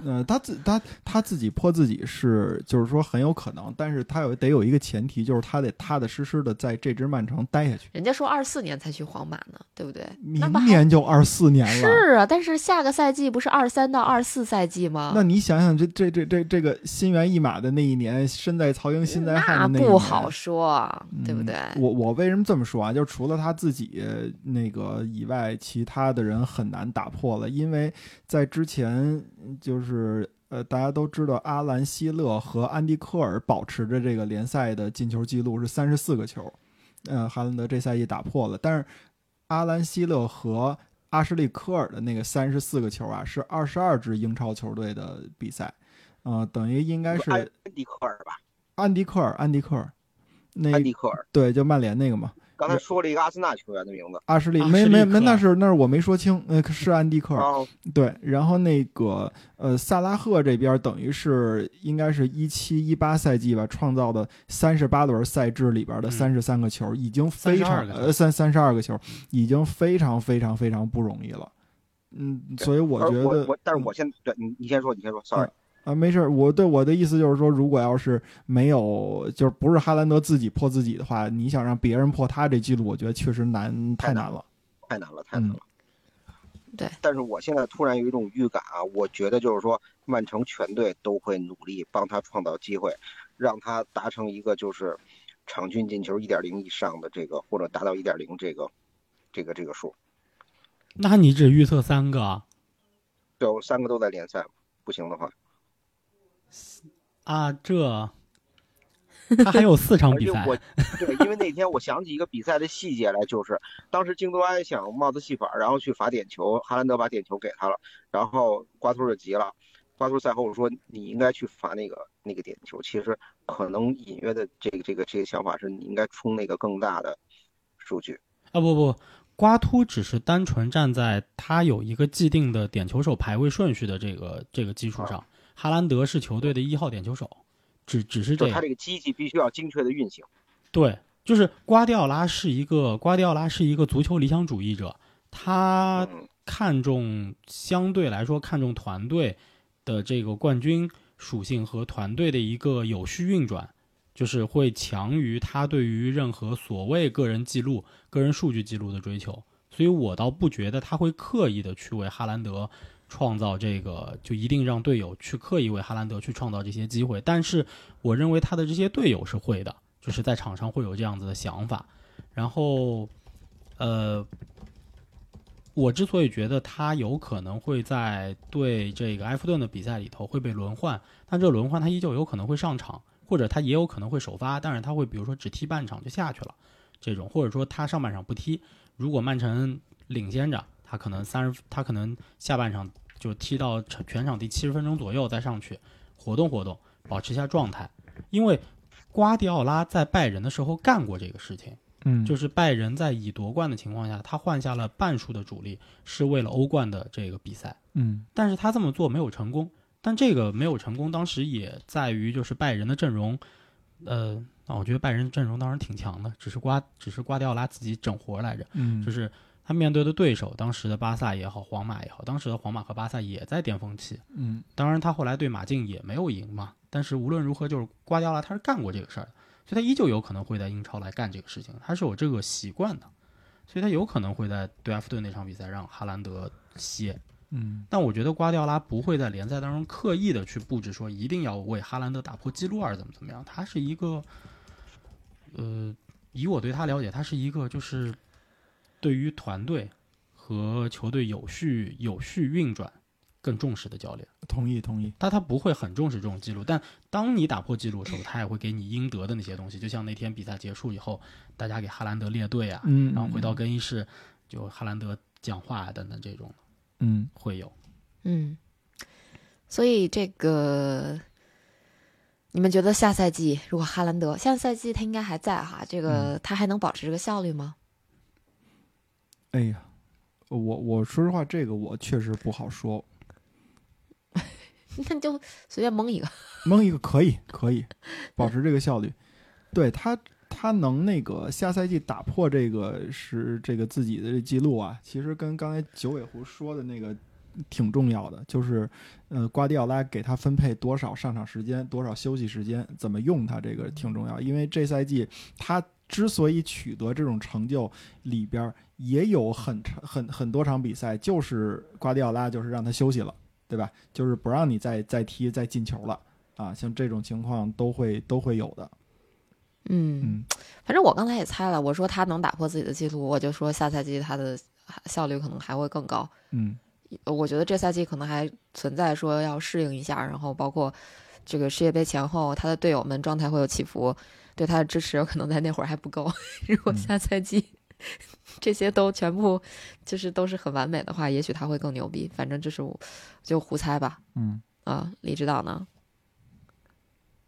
S2: 呃，他自他他自己泼自己是，就是说很有可能，但是他有得有一个前提，就是他得踏踏实实的在这支曼城待下去。
S1: 人家说二四年才去皇马呢，对不对？
S2: 明
S1: 那不还
S2: 年就二四年了，
S1: 是啊，但是下个赛季不是二三到二四赛季吗？
S2: 那你想想这这这这这个心猿意马的那一年，身在曹营心在汉的那一年，
S1: 不好说，对不
S2: 嗯
S1: 对？
S2: 我我为什么这么说啊？就除了他自己呃那个以外，其他的人很难打破了，因为在之前嗯就是呃，大家都知道阿兰·希勒和安迪·科尔保持着这个联赛的进球记录是三十四个球，呃，哈兰德这赛季打破了，但是阿兰·希勒和阿什利·科尔的那个三十四个球啊，是二十二支英超球队的比赛，呃，等于应该是
S4: 安迪科尔吧，
S2: 安迪·科尔，安迪·科尔，那
S4: 安迪科尔。
S2: 对，就曼联那个嘛。
S4: 刚才说了一个阿森纳球员的名字，
S2: 阿什利，
S3: 阿
S2: 没
S3: 什利
S2: 没
S3: 克哦
S2: 没，那是那是我没说清，呃，是安迪克尔，
S4: 啊，
S2: 对。然后那个呃，萨拉赫这边等于是应该是一七一八赛季吧，创造的三十八轮赛制里边的
S3: 嗯
S2: 三十三个球，已经非
S3: 32
S2: 常
S3: 个球
S2: 呃三三十二个球，已经非常非常非常不容易了。嗯，所以我
S4: 而
S2: 觉
S4: 我
S2: 得嗯
S4: 我，但是我现在对你你先说，你先说，sorry，
S2: 啊，没事儿，我对我的意思就是说，如果要是没有，就是不是哈兰德自己破自己的话，你想让别人破他这记录，我觉得确实难，太
S4: 太难
S2: 难了。
S4: 太难了，
S2: 嗯
S4: 太难了。
S1: 对，
S4: 但是我现在突然有一种预感啊，我觉得就是说，曼城全队都会努力帮他创造机会，让他达成一个就是场均进球一点零以上的这个，或者达到一点零这个这个这个数。
S3: 那你只预测三个啊
S4: 就三个都在联赛，不行的话，
S3: 啊？ 这他还有四场
S4: 而
S3: 比
S4: 且
S3: 赛
S4: 我对，因为那天我想起一个比赛的细节来，就是当时京多安想帽子戏法，然后去罚点球，哈兰德把点球给他了，然后瓜托就急了，瓜托赛后说你应该去罚那个那个点球，其实可能隐约的这个这个这个想法是你应该冲那个更大的数据，
S3: 啊！不不，瓜秃只是单纯站在他有一个既定的点球手排位顺序的这个这个
S4: 啊
S3: 基础上，哈兰德是球队的一号点球手，只只是
S4: 就
S3: 这
S4: 是他
S3: 样
S4: 这。个机器必须要精确的运行。
S3: 对，就是瓜迪奥拉是一个瓜迪奥拉是一个足球理想主义者，他
S4: 嗯，
S3: 看重相对来说看重团队的这个冠军属性和团队的一个有序运转，就是会强于他对于任何所谓个人记录、个人数据记录的追求。所以我倒不觉得他会刻意的去为哈兰德创造这个，就一定让队友去刻意为哈兰德去创造这些机会。但是我认为他的这些队友是会的，就是在场上会有这样子的想法。然后，呃，我之所以觉得他有可能会在对这个埃弗顿的比赛里头会被轮换，但这个轮换他依旧有可能会上场，或者他也有可能会首发，但是他会比如说只踢半场就下去了，这种或者说他上半场不踢，如果曼城领先着，他可能三十，他可能下半场就踢到全全场第七十分钟左右再上去活动活动，保持一下状态，因为瓜迪奥拉在拜仁的时候干过这个事情。
S2: 嗯，
S3: 就是拜仁在已夺冠的情况下，他换下了半数的主力，是为了欧冠的这个比赛。
S2: 嗯
S3: 但是他这么做没有成功，但这个没有成功，当时也在于就是拜仁的阵容，呃，啊我觉得拜仁阵容当时挺强的，只是瓜只是瓜迪奥拉自己整活来着，
S2: 嗯，
S3: 就是他面对的对手，当时的巴萨也好，皇马也好，当时的皇马和巴萨也在巅峰期，
S2: 嗯
S3: 当然，他后来对马竞也没有赢嘛。但是无论如何，就是瓜迪奥拉他是干过这个事儿的，所以他依旧有可能会在英超来干这个事情，他是有这个习惯的，所以他有可能会在对埃弗顿那场比赛让哈兰德歇。
S2: 嗯
S3: 但我觉得瓜迪奥拉不会在联赛当中刻意的去布置说一定要为哈兰德打破记录而怎么怎么样，他是一个，呃，以我对他了解，他是一个就是对于团队和球队有序有序运转更重视的教练。
S2: 同意同意。
S3: 但他不会很重视这种记录，但当你打破记录的时候，他也会给你应得的那些东西。就像那天比赛结束以后，大家给哈兰德列队啊，
S2: 嗯
S3: 然后回到更衣室，就哈兰德讲话啊等等这种
S2: 嗯
S3: 会有。
S1: 嗯，所以这个，你们觉得下赛季如果哈兰德下赛季他应该还在哈，这个、他还能保持这个效率吗？
S2: 哎呀，我我说实话，这个我确实不好说。
S1: 那就随便蒙一个。
S2: 蒙一个可以， 可以，保持这个效率。对他，他能那个下赛季打破这个是这个自己的记录啊，其实跟刚才九尾狐说的那个挺重要的，就是呃，瓜迪奥拉给他分配多少上场时间、多少休息时间、怎么用他，这个挺重要。因为这赛季他之所以取得这种成就，里边儿也有很长很很多场比赛，就是瓜迪奥拉就是让他休息了，对吧？就是不让你再再踢、再进球了。啊，像这种情况都会都会有的。
S1: 嗯
S2: 嗯，
S1: 反正我刚才也猜了，我说他能打破自己的记录，我就说下赛季他的效率可能还会更高。
S2: 嗯，
S1: 呃我觉得这赛季可能还存在说要适应一下，然后包括这个世界杯前后，他的队友们状态会有起伏，对他的支持有可能在那会儿还不够。 如果下赛季、 这些都全部就是都是很完美的话，也许他会更牛逼。反正这是我就胡猜吧。
S2: 嗯
S1: 啊，李指导呢？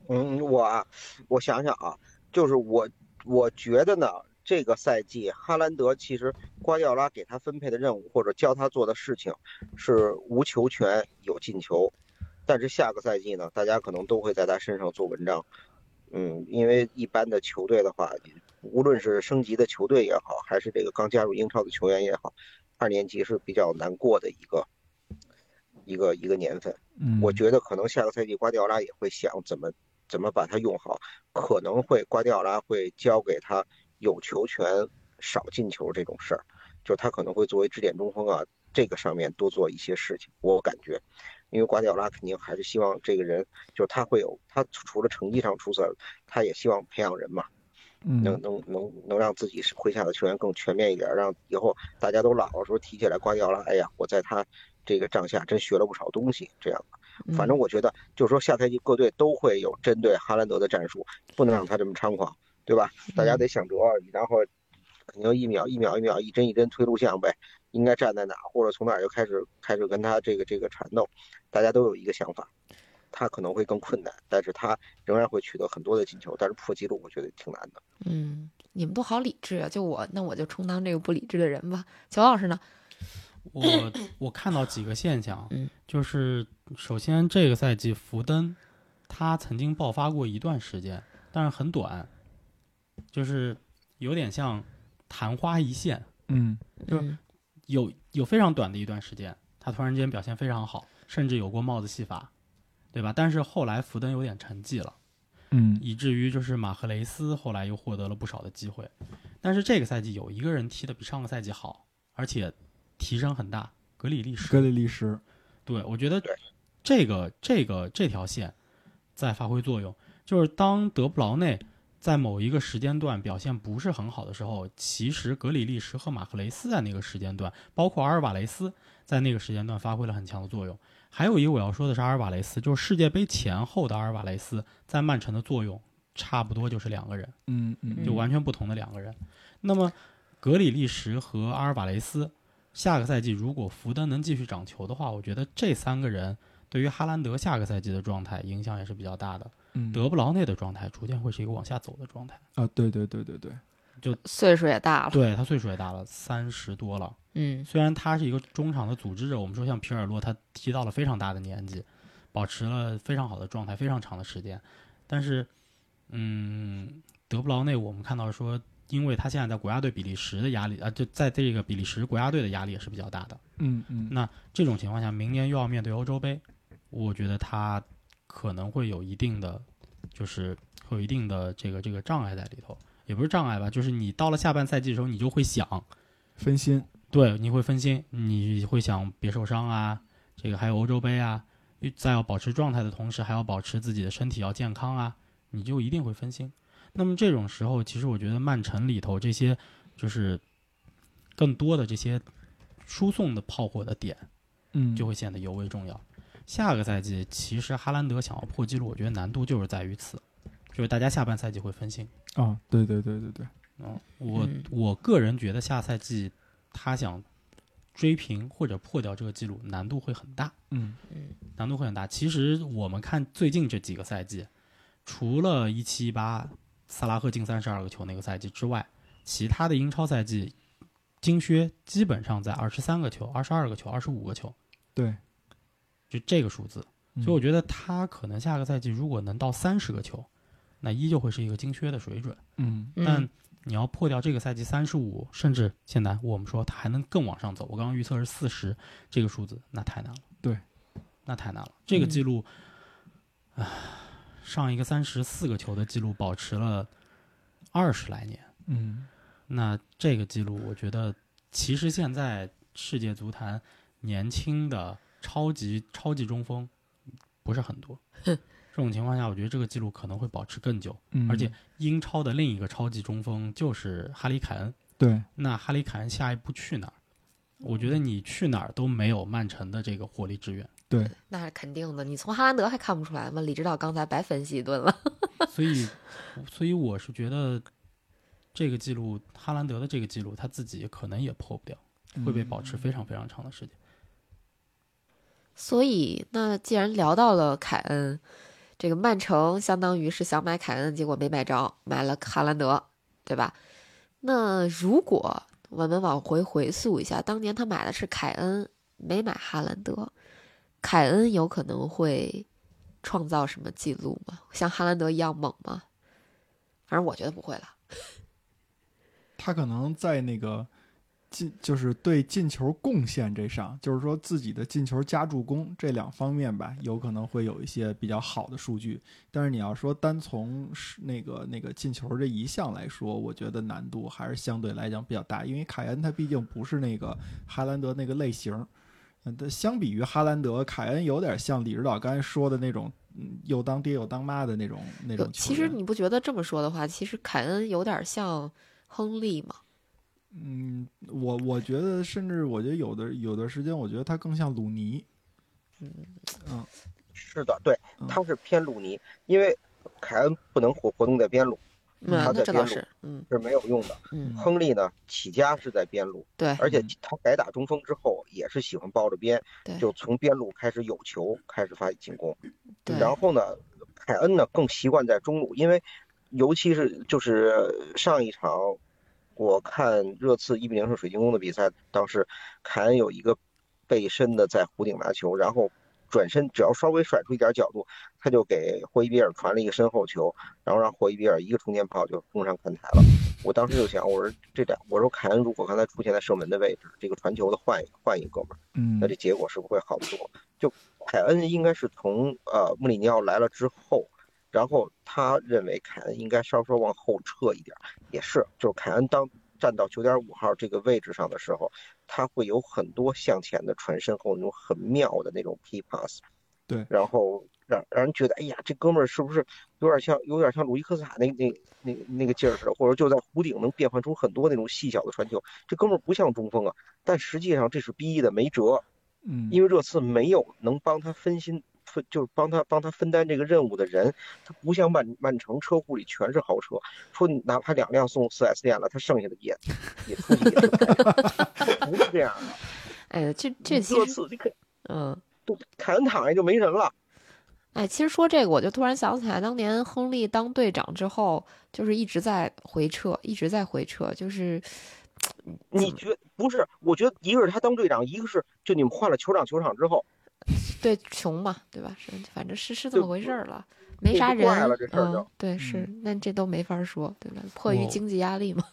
S4: 嗯，我啊我想想啊，就是我我觉得呢，这个赛季哈兰德其实瓜迪奥拉给他分配的任务或者教他做的事情是无球权有进球，但是下个赛季呢，大家可能都会在他身上做文章。嗯，因为一般的球队的话，无论是升级的球队也好，还是这个刚加入英超的球员也好，二年级是比较难过的一个一个一个年份。
S2: 嗯，
S4: 我觉得可能下个赛季瓜迪奥拉也会想怎么怎么把它用好，可能会瓜迪奥拉会交给他有球权少进球这种事儿，就他可能会作为支点中锋啊这个上面多做一些事情，我感觉，因为瓜迪奥拉肯定还是希望这个人就是他会有他除了成绩上出色，他也希望培养人嘛，能
S2: 嗯
S4: 能能能让自己麾下的球员更全面一点，让以后大家都老的时候提起来瓜迪奥拉，哎呀，我在他这个帐下真学了不少东西，这样。
S1: 嗯
S4: 反正我觉得，就是说下赛季各队都会有针对哈兰德的战术，不能让他这么猖狂，对吧？大
S1: 嗯
S4: 家得想辙，然后肯定一秒一秒一秒一针一针推录像呗，应该站在哪或者从哪儿就开始开始跟他这个这个缠斗，大家都有一个想法。他可能会更困难，但是他仍然会取得很多的进球，但是破纪录我觉得挺难的。
S1: 嗯，你们都好理智啊，就我那我就充当这个不理智的人吧。乔老师呢？
S3: 我我看到几个现象
S1: 嗯，
S3: 就是首先这个赛季福登他曾经爆发过一段时间，但是很短，就是有点像昙花一现，
S2: 嗯
S3: 就是
S1: 嗯
S3: 有有非常短的一段时间，他突然间表现非常好，甚至有过帽子戏法，对吧？但是后来福登有点沉寂了。
S2: 嗯
S3: 以至于就是马赫雷斯后来又获得了不少的机会，但是这个赛季有一个人踢得比上个赛季好，而且提升很大，格里利什。
S2: 格里利什，
S3: 对，我觉得
S4: 对
S3: 这个这个这条线在发挥作用，就是当德布劳内在某一个时间段表现不是很好的时候，其实格里利什和马赫雷斯在那个时间段，包括阿尔瓦雷斯在那个时间段发挥了很强的作用。还有一个我要说的是阿尔瓦雷斯，就是世界杯前后的阿尔瓦雷斯在曼城的作用，差不多就是两个人。
S2: 嗯嗯
S3: 就完全不同的两个人。那么，格里利什和阿尔瓦雷斯，下个赛季如果福登能继续涨球的话，我觉得这三个人对于哈兰德下个赛季的状态影响也是比较大的。
S2: 嗯
S3: 德布劳内的状态逐渐会是一个往下走的状态，
S2: 啊，对对对对对，
S1: 岁数也大
S2: 啊
S1: 了，
S3: 对他岁数也大了，三十多了。
S1: 嗯
S3: 虽然他是一个中场的组织者，我们说像皮尔洛，他踢到了非常大的年纪，保持了非常好的状态，非常长的时间，但是，嗯，德布劳内我们看到说，因为他现在在国家队比利时的压力啊、就在这个比利时国家队的压力也是比较大的。
S2: 嗯嗯
S3: 这种情况下，明年又要面对欧洲杯，我觉得他可能会有一定的，就是会有一定的这个这个障碍在里头，也不是障碍吧，就是你到了下半赛季的时候，你就会想。
S2: 分心，
S3: 对，你会分心，你会想别受伤啊，这个还有欧洲杯啊，在要保持状态的同时，还要保持自己的身体要健康啊，你就一定会分心。那么这种时候，其实我觉得曼城里头这些就是更多的这些输送的炮火的点，
S2: 嗯，
S3: 就会显得尤为重要。下个赛季，其实哈兰德想要破纪录，我觉得难度就是在于此，就是大家下半赛季会分心。
S2: 啊，对对对对对，
S3: 嗯，我
S1: 嗯
S3: 我个人觉得下赛季他想追平或者破掉这个记录难度会很大，
S2: 嗯
S3: 难度会很大。其实我们看最近这几个赛季，除了一七一八萨拉赫进三十二个球那个赛季之外，其他的英超赛季，金靴基本上在二十三个球、二十二个球、二十五个球，
S2: 对，
S3: 就这个数字。
S2: 嗯
S3: 所以我觉得他可能下个赛季如果能到三十个球，那依旧会是一个精缺的水准。
S2: 嗯
S3: 但
S1: 嗯
S3: 你要破掉这个赛季三十五，甚至现在我们说他还能更往上走，我刚刚预测是四十这个数字，那太难了。
S2: 对，
S3: 那太难了。这个
S1: 嗯
S3: 记录，唉，上一个三十四个球的记录保持了二十来年，
S2: 嗯
S3: 那这个记录，我觉得其实现在世界足坛年轻的超级超级中锋不是很多。这种情况下，我觉得这个记录可能会保持更久。
S2: 嗯，
S3: 而且英超的另一个超级中锋就是哈里凯恩。
S2: 对，
S3: 那哈里凯恩下一步去哪儿？我觉得你去哪儿都没有曼城的这个火力支援，
S1: 那是肯定的。你从哈兰德还看不出来吗？李指导刚才白分析一顿了。
S3: 所以，所以我是觉得这个记录，哈兰德的这个记录，他自己可能也破不掉，会被保持非常非常长的时间。
S1: 所以，那既然聊到了凯恩，这个曼城相当于是想买凯恩，结果没买着，买了哈兰德，对吧？那如果我们往回回溯一下，当年他买的是凯恩，没买哈兰德，凯恩有可能会创造什么记录吗？像哈兰德一样猛吗？反正我觉得不会了。
S2: 他可能在那个进就是对进球贡献这上，就是说自己的进球加助攻这两方面吧，有可能会有一些比较好的数据。但是你要说单从是那个那个进球这一项来说，我觉得难度还是相对来讲比较大，因为凯恩他毕竟不是那个哈兰德那个类型。嗯，但相比于哈兰德，凯恩有点像李指导刚才说的那种，嗯，又当爹又当妈的那种那
S1: 有
S2: 种，
S1: 呃
S2: 球
S1: 其
S2: 员。
S1: 实你不觉得这么说的话，其实凯恩有点像亨利吗？
S2: 嗯，我我觉得，甚至我觉得有的有的时间，我觉得他更像鲁尼。
S4: 是的，对
S2: 嗯，
S4: 他是偏鲁尼，因为凯恩不能活活动在边路
S1: 嗯
S4: 他，
S1: 那
S4: 在
S1: 这倒
S4: 边路
S1: 是，嗯
S4: 是没有用的。
S1: 嗯，
S4: 亨利呢，起家是在边路，
S1: 对，
S4: 而且
S2: 嗯
S4: 他改打中锋之后，也是喜欢抱着边
S1: 对，
S4: 就从边路开始有球，开始发起进攻。
S1: 对，
S4: 然后呢，凯恩呢更习惯在中路，因为尤其是就是上一场，我看热刺一比零胜水晶宫的比赛，当时凯恩有一个背身的在弧顶拿球，然后转身只要稍微甩出一点角度，他就给霍伊比尔传了一个身后球，然后让霍伊比尔一个冲天炮就攻上看台了。我当时就想，我说这点，我说凯恩如果刚才出现在射门的位置，这个传球的换一换一个哥们儿。
S2: 嗯
S4: 那这结果是不是会好得多？就凯恩应该是从呃穆里尼奥来了之后，然后他认为凯恩应该稍稍往后撤一点儿，也是，就是凯恩当站到九点五号这个位置上的时候，他会有很多向前的传身后那种很妙的那种 P pass，
S2: 对
S4: 然后让让人觉得，哎呀，这哥们儿是不是有点像有点像鲁伊科斯塔那那那那个劲儿似的，或者就在弧顶能变换出很多那种细小的传球，这哥们儿不像中锋啊，但实际上这是逼的，没辙。
S2: 嗯，
S4: 因为热刺没有能帮他分心分，就是帮他帮他分担这个任务的人，他不像曼曼城车库里全是豪车，说你哪怕两辆送四 S 店了，他剩下的也也出去也是开的不是这样的。
S1: 哎，这这其
S4: 热
S1: 实，
S4: 刺这个
S1: 嗯，
S4: 都凯恩躺下就没人了，
S1: 哎，其实说这个，我就突然想起来，当年亨利当队长之后，就是一直在回撤，一直在回撤，就是
S4: 你觉不是？我觉得一个是他当队长，一个是就你们换了酋长球场之后，
S1: 对穷嘛，对吧？是，反正是是这
S4: 就
S1: 么回事儿了，没
S4: 就
S1: 啥
S4: 不怪
S1: 人
S4: 了这，事儿
S1: 嗯
S4: 就，
S1: 对，是，那这都没法儿说，对吧？迫
S2: 哦
S1: 于
S3: 我
S1: 经济压力嘛，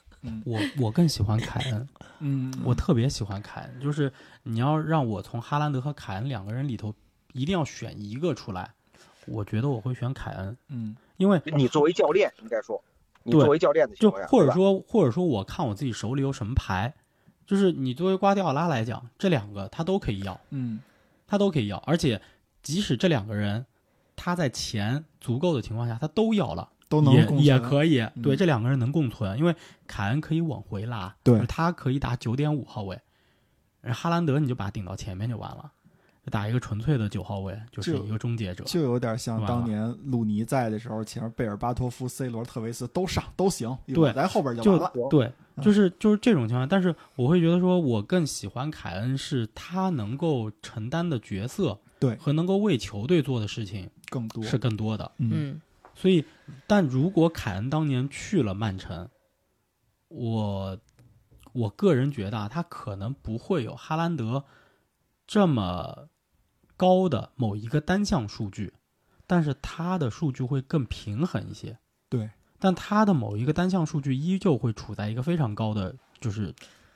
S3: 我我更喜欢凯恩，
S2: 嗯，
S3: 我特别喜欢凯恩，就是你要让我从哈兰德和凯恩两个人里头一定要选一个出来，我觉得我会选凯恩，
S2: 嗯
S3: 因为
S4: 你作为教练应该说，你
S3: 对
S4: 作为教练的情
S3: 就
S4: 况下，
S3: 或
S4: 对
S3: 者
S4: 吧
S3: 说或者说我看我自己手里有什么牌，就是你作为瓜迪奥拉来讲，这两个他都可以要，
S2: 嗯
S3: 他都可以要，而且即使这两个人他在钱足够的情况下，他都要了。
S2: 都能
S3: 也
S2: 共
S3: 也
S2: 存
S3: 可以，对、
S2: 嗯
S3: 这两个人能共存，因为凯恩可以往回拉，
S2: 对
S3: 就是他可以打九点五号位，然后哈兰德你就把他顶到前面就完了，就打一个纯粹的九号位，就是
S2: 就
S3: 一个终结者。
S2: 就有点像
S3: 完
S2: 当
S3: 了
S2: 年鲁尼在的时候，前面贝尔巴托夫、C 罗、特维斯都上都行，
S3: 对
S2: 我在后边就
S3: 就
S2: 完了。
S3: 对，
S2: 嗯
S3: 就是就是这种情况，但是我会觉得说，我更喜欢凯恩是他能够承担的角色，
S2: 对
S3: 和能够为球队做的事情
S2: 更多
S3: 是更多的。
S2: 嗯
S1: 嗯，
S3: 所以，但如果凯恩当年去了曼城，我我个人觉得啊，他可能不会有哈兰德这么高的某一个单项数据，但是它的数据会更平衡一些。
S2: 对，
S3: 但它的某一个单项数据依旧会处在一个非常高的就是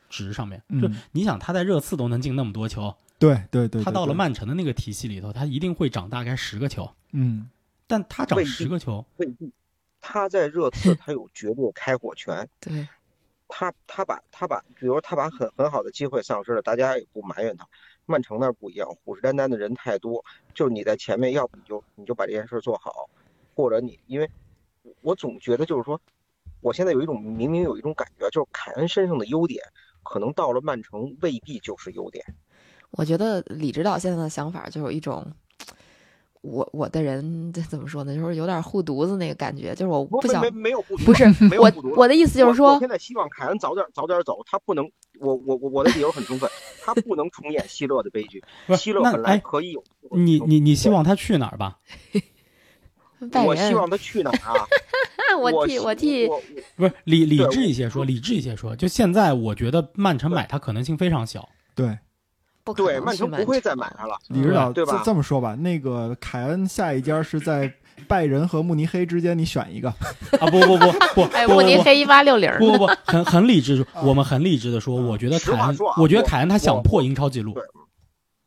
S3: 值上面。就
S2: 嗯
S3: 你想，他在热刺都能进那么多球，
S2: 对对对对，
S3: 他到
S2: 对
S3: 了，曼城的那个体系里头，他一定会涨大概十个球。
S2: 嗯，
S3: 但他涨
S4: 未必
S3: 十个球，
S4: 未必，他在热 刺他有绝对开火权，
S1: 对，
S4: 他他把他把，比如他把很很好的机会丧失了，大家也不埋怨他。曼城那儿不一样，虎视眈眈的人太多，就是你在前面，要不你就你就把这件事做好，或者你因为，我总觉得就是说，我现在有一种明明有一种感觉，就是凯恩身上的优点，可能到了曼城未必就是优点。
S1: 我觉得李指导现在的想法就有一种，我我的人这怎么说呢，就是有点护犊子那个感觉，就是我不想
S4: 没，没有护犊
S1: 不是
S4: 子，没有
S1: 我
S4: 护犊子。
S1: 我的意思就是
S4: 我
S1: 说
S4: 我，现在希望凯恩早点早点走，他不能，我我我我的理由很充分，他不能重演希勒的悲剧。
S3: 不
S4: 希
S3: 是
S4: 勒
S3: 那
S4: 本来
S3: 哎，
S4: 可以有，
S3: 你你你希望他去哪儿吧？
S1: 拜
S4: 我
S1: 仁
S4: 希，望他去哪儿啊？
S1: 我替
S4: 希
S1: 我替
S4: 我
S3: 不是理理
S4: 对
S3: 智
S4: 我
S3: 一些说，理智一些说，就现在我觉得曼城买他可能性非常小。
S2: 对，
S1: 不可
S4: 对
S1: 能
S4: 曼
S1: 去
S4: 城不会再买他了。
S2: 李指导
S4: 对吧
S2: 这这么说吧，那个凯恩下一家是在拜仁和慕尼黑之间，你选一个，
S3: 啊不不不不
S1: 哎，
S3: 不
S1: 慕尼
S3: 不
S1: 黑一八六零，
S3: 不不不，很很理智，
S2: 啊
S3: 我们很理智的说，我觉得
S4: 实
S3: 凯
S4: 话
S3: 恩
S4: 说啊，
S3: 我觉得
S4: 我
S3: 凯恩他想
S4: 我
S3: 破英超纪录
S4: 对，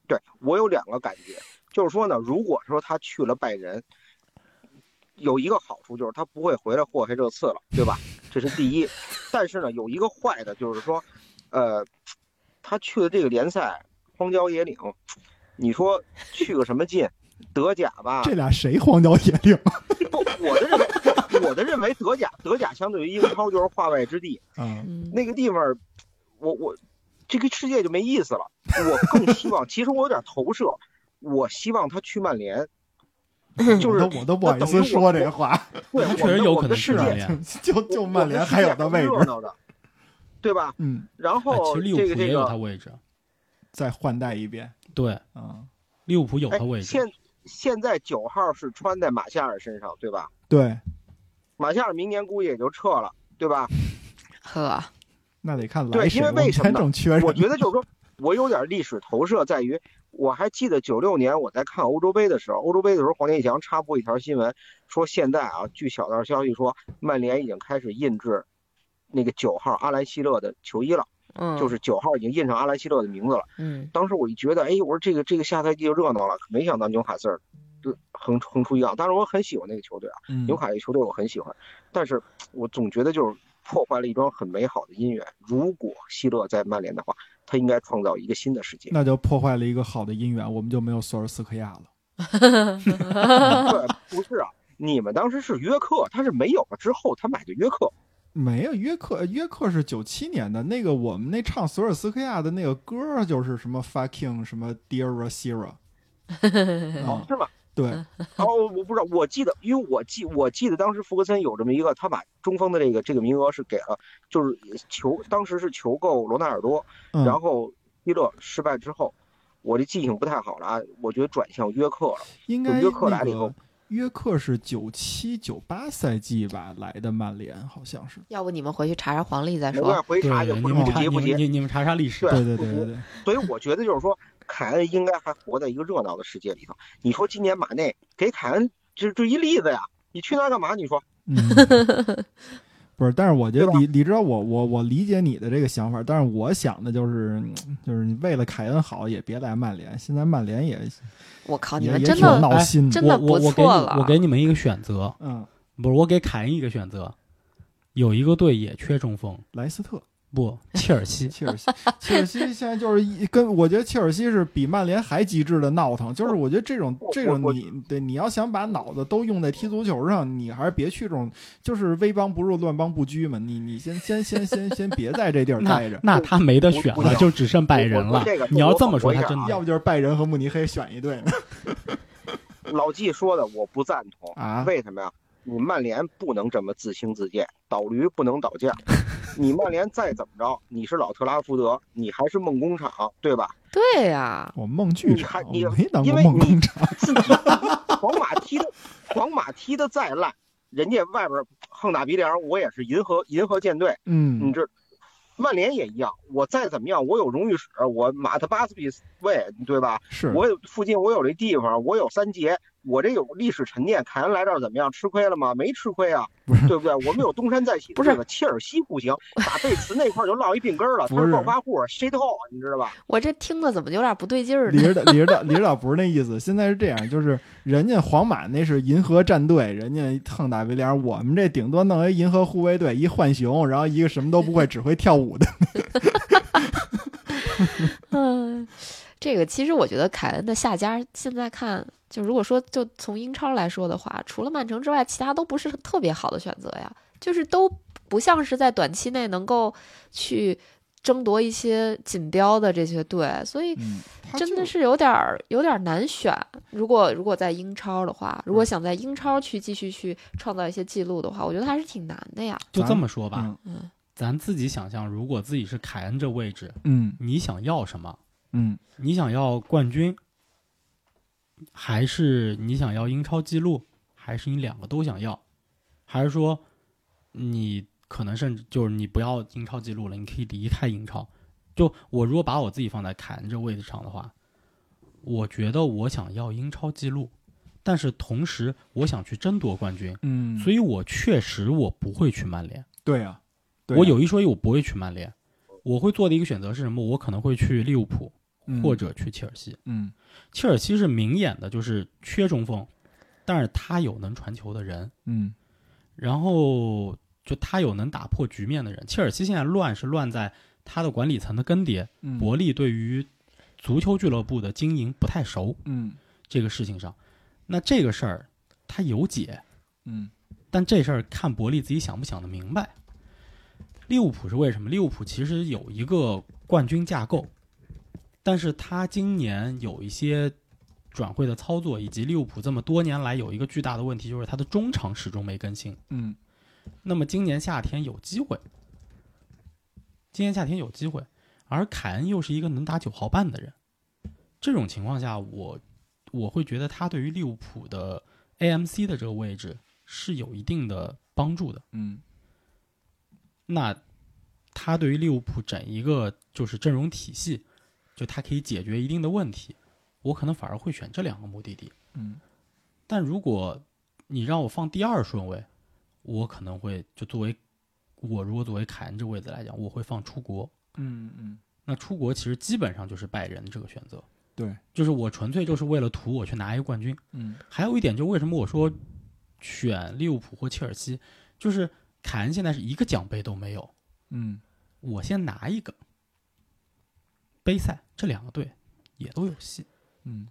S4: 对我有两个感觉，就是说呢，如果说他去了拜仁，有一个好处就是他不会回来祸害热刺了，对吧？这是第一。但是呢，有一个坏的就是说，呃，他去了这个联赛荒郊野岭，你说去个什么劲？德甲吧，
S2: 这俩谁荒郊野岭
S4: 不，我的认为，我的认为德甲，德甲相对于英超就是化外之地，
S2: 啊？
S1: 嗯，
S4: 那个地方儿，我我这个世界就没意思了。我更希望，其实我有点投射，我希望他去 曼联， 就是
S2: 我都我都不好意
S4: 那等于
S2: 思
S4: 我
S2: 说这个话，
S4: 对，
S3: 确
S4: 我
S3: 实
S4: 们
S3: 有
S4: 我
S3: 可能啊
S4: 们的
S3: 去
S4: 世
S3: 曼
S4: 界，
S3: 联。
S2: 就就曼联还有的位
S4: 热
S2: 置，
S4: 闹的，对吧？
S2: 嗯，
S4: 然
S3: 哎，
S4: 后
S3: 其实利物
S4: 这个
S3: 浦
S4: 这
S3: 也有他
S4: 个，
S3: 位置，
S2: 再换代一遍
S3: 对，
S2: 啊，
S3: 利物浦有
S4: 哎
S3: 他，位置，
S4: 现现在九号是穿在马夏尔身上，对吧？
S2: 对，
S4: 马夏尔明年估计也就撤了，对吧？
S1: 呵，
S2: 那得看来
S4: 对
S2: 谁，
S4: 因为
S2: 我们
S4: 为什么
S2: 真
S4: 呢
S2: 正缺人，
S4: 我觉得就是说，我有点历史投射，在于我还记得九六年我在看欧洲杯的时候，欧洲杯的时候黄健翔插播一条新闻，说现在啊，据小道消息说，曼联已经开始印制那个九号阿兰希勒的球衣了，
S1: 嗯，
S4: 就是九号已经印上阿兰希勒的名字了。
S1: 嗯，
S4: 当时我就觉得，哎，我说这个这个下赛季就热闹了，没想到纽卡斯尔就横横出一杠。当然我很喜欢那个球队啊，
S2: 嗯
S4: 纽卡这球队我很喜欢，但是我总觉得就是破坏了一桩很美好的姻缘。如果希勒在曼联的话，他应该创造一个新的世界。
S2: 那就破坏了一个好的姻缘，我们就没有索尔斯克亚了。
S4: 对，不是啊，你们当时是约克，他是没有了之后他买的约克，
S2: 没有约克，约克是九七年的那个，我们那唱索尔斯克亚的那个歌儿就是什么 fucking 什么 dear Rosira，啊，
S4: 是吗？
S2: 对，
S4: 哦，我不知道，我记得，因为我记我记得当时福格森有这么一个，他把中锋的这个这个名额是给了，就是求当时是求购罗纳尔多，
S2: 嗯
S4: 然后希勒失败之后，我这记性不太好了啊，我觉得转向约克了。
S2: 应该
S4: 就约克来了以
S2: 那
S4: 后
S2: 个约克是九七九八赛季吧来的曼联，好像是，
S1: 要不你们回去查查黄历再
S4: 没
S1: 说
S4: 关系，。回去查去，
S3: 对，
S4: 不
S3: 你们
S4: 不
S3: 查
S4: 急
S3: 你
S4: 不
S3: 们
S4: 急。
S3: 你你们查查历史
S4: 对，
S2: 对对对对对，
S4: 所以我觉得就是说，凯恩应该还活在一个热闹的世界里头。你说今年马内给凯恩这这一例子呀，你去那儿干嘛？你说
S2: 嗯， 不是，但是我觉得
S4: 对吧
S2: 李李指导，我我我理解你的这个想法，但是我想的就是，嗯就是你为了凯恩好，也别来曼联。现在曼联也
S1: 我靠，啊你
S2: 也
S1: 们
S2: 也
S1: 真
S2: 挺
S1: 的哎
S2: 闹心
S1: 真的
S2: 的，
S3: 我我
S1: 不
S3: 我给
S1: 错
S3: 你
S1: 了
S3: 我给你们一个选择，
S2: 嗯，
S3: 不是我给凯恩一个选择，有一个队也缺中锋，
S2: 莱斯特、。
S3: 不，切尔西
S2: 切尔西，切尔西现在就是一跟我觉得切尔西是比曼联还极致的闹腾，就是我觉得这种
S4: 我
S2: 这
S4: 我
S2: 种
S4: 我
S2: 你对你要想把脑子都用在踢足球上，你还是别去这种就是危邦不入乱邦不居嘛，你你先先先先先别在这地儿
S3: 那
S2: 待着，
S3: 那他没得选
S4: 我我
S3: 了，就只剩拜仁
S4: 我
S3: 了
S4: 我这个。
S3: 你要这么说，
S4: 我
S3: 他
S4: 我
S3: 真
S2: 要不
S3: 的
S2: 就是拜仁和慕尼黑选一队嘛
S4: 老纪说的我不赞同，
S2: 嗯啊，
S4: 为什么呀？你曼联不能这么自轻自贱，倒驴不能倒 架。你曼联再怎么着，你是老特拉福德，你还是梦工厂，对吧？
S1: 对呀，
S2: 我梦剧
S4: 你
S2: 场
S4: 还，
S2: 我
S4: 嗯你
S2: 没当
S4: 因
S2: 过
S4: 为
S2: 梦
S4: 你
S2: 工厂。
S4: 自己皇马踢的，皇马踢的再烂，人家外边横打鼻梁，我也是银河银河舰队，
S2: 嗯
S4: 你，这曼联也一样，我再怎么样，我有荣誉史，我马特巴斯比位，对吧？
S2: 是
S4: 我有附近，我有这地方，我有三杰，我这有历史沉淀。凯恩来这儿怎么样？吃亏了吗？没吃亏啊，对不对？我们有东山再起，
S1: 不是
S4: 这个切尔西不行，打贝茨那块儿就落一病根儿了，
S2: 不
S4: 他是
S2: 是
S4: 暴发户，shit hole，你知道吧？
S1: 我这听着怎么有点不对劲儿
S2: 李
S1: 呢？
S2: 指导，李指导，李指导不是那意思。现在是这样，就是人家皇马那是银河战队，人家横打围脸，我们这顶多弄一银河护卫队，一浣熊，然后一个什么都不会，只会跳舞的。
S1: 嗯，这个其实我觉得凯恩的下家现在看，就如果说就从英超来说的话，除了曼城之外，其他都不是特别好的选择呀，就是都不像是在短期内能够去争夺一些锦标的这些队，所以
S2: 嗯，他
S1: 真
S2: 就
S1: 的是有点儿有点儿难选。如果如果在英超的话，如果
S2: 嗯
S1: 想在英超去继续去创造一些记录的话，我觉得还是挺难的呀。
S3: 就这么说吧，
S2: 嗯
S1: 嗯，
S3: 咱自己想象，如果自己是凯恩这位置，
S2: 嗯
S3: 你想要什么？
S2: 嗯
S3: 你想要冠军，还是你想要英超纪录，还是你两个都想要，还是说你可能甚至就是你不要英超纪录了，你可以离开英超。就我如果把我自己放在凯恩这位置上的话，我觉得我想要英超纪录，但是同时我想去争夺冠军，
S2: 嗯，
S3: 所
S2: 以
S3: 以我确实我不会去曼联。
S2: 对啊，对啊
S3: 我有一说一，我不会去曼联，我会做的一个选择是什么？我可能会去利物浦
S2: 嗯
S3: 或者去切尔西。
S2: 嗯
S3: 切尔西是明眼的，就是缺中锋，但是他有能传球的人，
S2: 嗯
S3: 然后就他有能打破局面的人。切尔西现在乱是乱在他的管理层的更迭，
S2: 嗯
S3: 伯利对于足球俱乐部的经营不太熟
S2: 嗯
S3: 这个事情上，那这个事儿他有解，
S2: 嗯
S3: 但这事儿看伯利自己想不想得明白。利物浦是为什么？利物浦其实有一个冠军架构，但是他今年有一些转会的操作，以及利物浦这么多年来有一个巨大的问题，就是他的中场始终没更新。
S2: 嗯
S3: 那么今年夏天有机会，今年夏天有机会，而凯恩又是一个能打九号半的人，这种情况下，我我会觉得他对于利物浦的 AMC 的这个位置是有一定的帮助的。
S2: 嗯
S3: 那他对于利物浦整一个就是阵容体系，就他可以解决一定的问题，我可能反而会选这两个目的地。
S2: 嗯
S3: 但如果你让我放第二顺位，我可能会就作为我如果作为凯恩这位置来讲，我会放出国。
S2: 嗯嗯，
S3: 那出国其实基本上就是拜仁这个选择，
S2: 对，
S3: 就是我纯粹就是为了图我去拿一个冠军。
S2: 嗯
S3: 还有一点，就为什么我说选利物浦或切尔西，就是凯恩现在是一个奖杯都没有，
S2: 嗯
S3: 我先拿一个杯赛，这两个队也都有戏。
S2: 嗯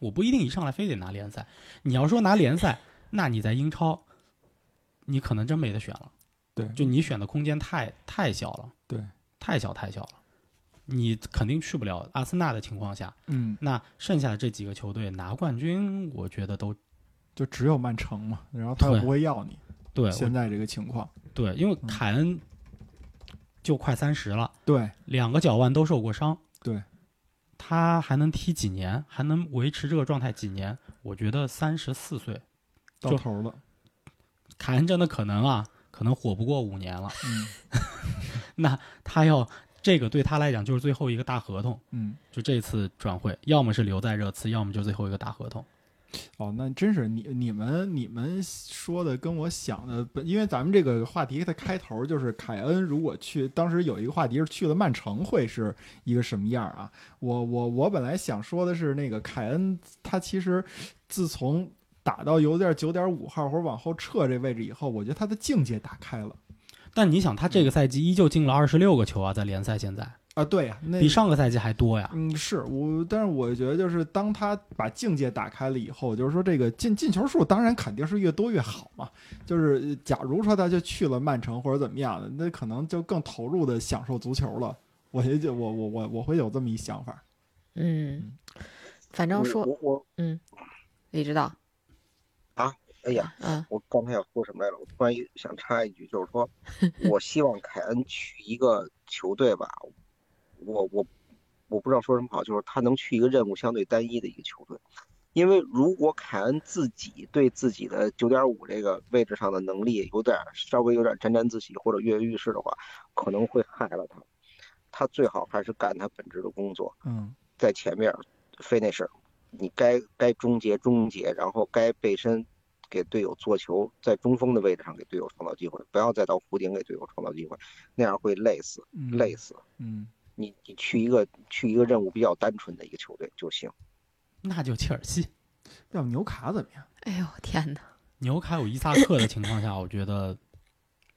S3: 我不一定一上来非得拿联赛。你要说拿 联赛，那你在英超，你可能真没得选了。
S2: 对
S3: 就你选的空间太太小了，
S2: 对，
S3: 太小太小了，你肯定去不了阿森纳的情况下，
S2: 嗯，
S3: 那剩下的这几个球队拿冠军，我觉得都
S2: 就只有曼城嘛，然后他又
S3: 对
S2: 不会要你，
S3: 对我
S2: 现在这个情况，
S3: 对，因为
S2: 嗯
S3: 凯恩就快三十了，
S2: 对
S3: 两个脚腕都受过伤，
S2: 对。
S3: 他还能踢几年？还能维持这个状态几年？我觉得三十四岁
S2: 到
S3: 就
S2: 头了，
S3: 凯恩真的可能啊，可能火不过五年了。
S2: 嗯
S3: 那他要这个对他来讲就是最后一个大合同，
S2: 嗯。
S3: 就这次转会，要么是留在热刺，要么就最后一个大合同。
S2: 哦，那真是你你们你们说的跟我想的不，因为咱们这个话题的开头就是凯恩如果去，当时有一个话题是去了曼城会是一个什么样啊？我我我本来想说的是那个凯恩，他其实自从打到有点九点五号或者往后撤这位置以后，我觉得他的境界打开了
S3: 但你想，他这个赛季依旧进了二十六个球啊，在联赛现在
S2: 啊，对呀、那
S3: 比上个赛季还多呀。
S2: 嗯，是我，但是我觉得就是当他把境界打开了以后，就是说这个进进球数当然肯定是越多越好嘛。就是呃假如说他就去了曼城或者怎么样的，那可能就更投入的享受足球了。我觉得就我我我我会有这么一想法。
S1: 嗯，反正
S4: 我
S1: 说
S4: 我我
S1: 李指导，
S4: 哎呀，
S1: 嗯
S4: 我刚才要说什么来了？我突然想插一句，就是说，我希望凯恩去一个球队吧，我我我不知道说什么好，就是他能去一个任务相对单一的一个球队。因为如果凯恩自己对自己的九点五这个位置上的能力有点稍微有点沾沾自喜或者跃跃欲试的话，可能会害了他。他最好还是干他本职的工作，
S2: 嗯
S4: 在前面 finish，你该该终结终结，然后该背身给队友做球，在中锋的位置上给队友创造机会，不要再到弧顶给队友创造机会，那样会累死，
S2: 嗯，
S4: 累死。
S2: 嗯，
S4: 你你去一个去一个任务比较单纯的一个球队就行。
S3: 那就切尔西。
S2: 要不纽卡怎么样？
S1: 哎呦天哪！
S3: 纽卡有伊萨克的情况下，我 觉得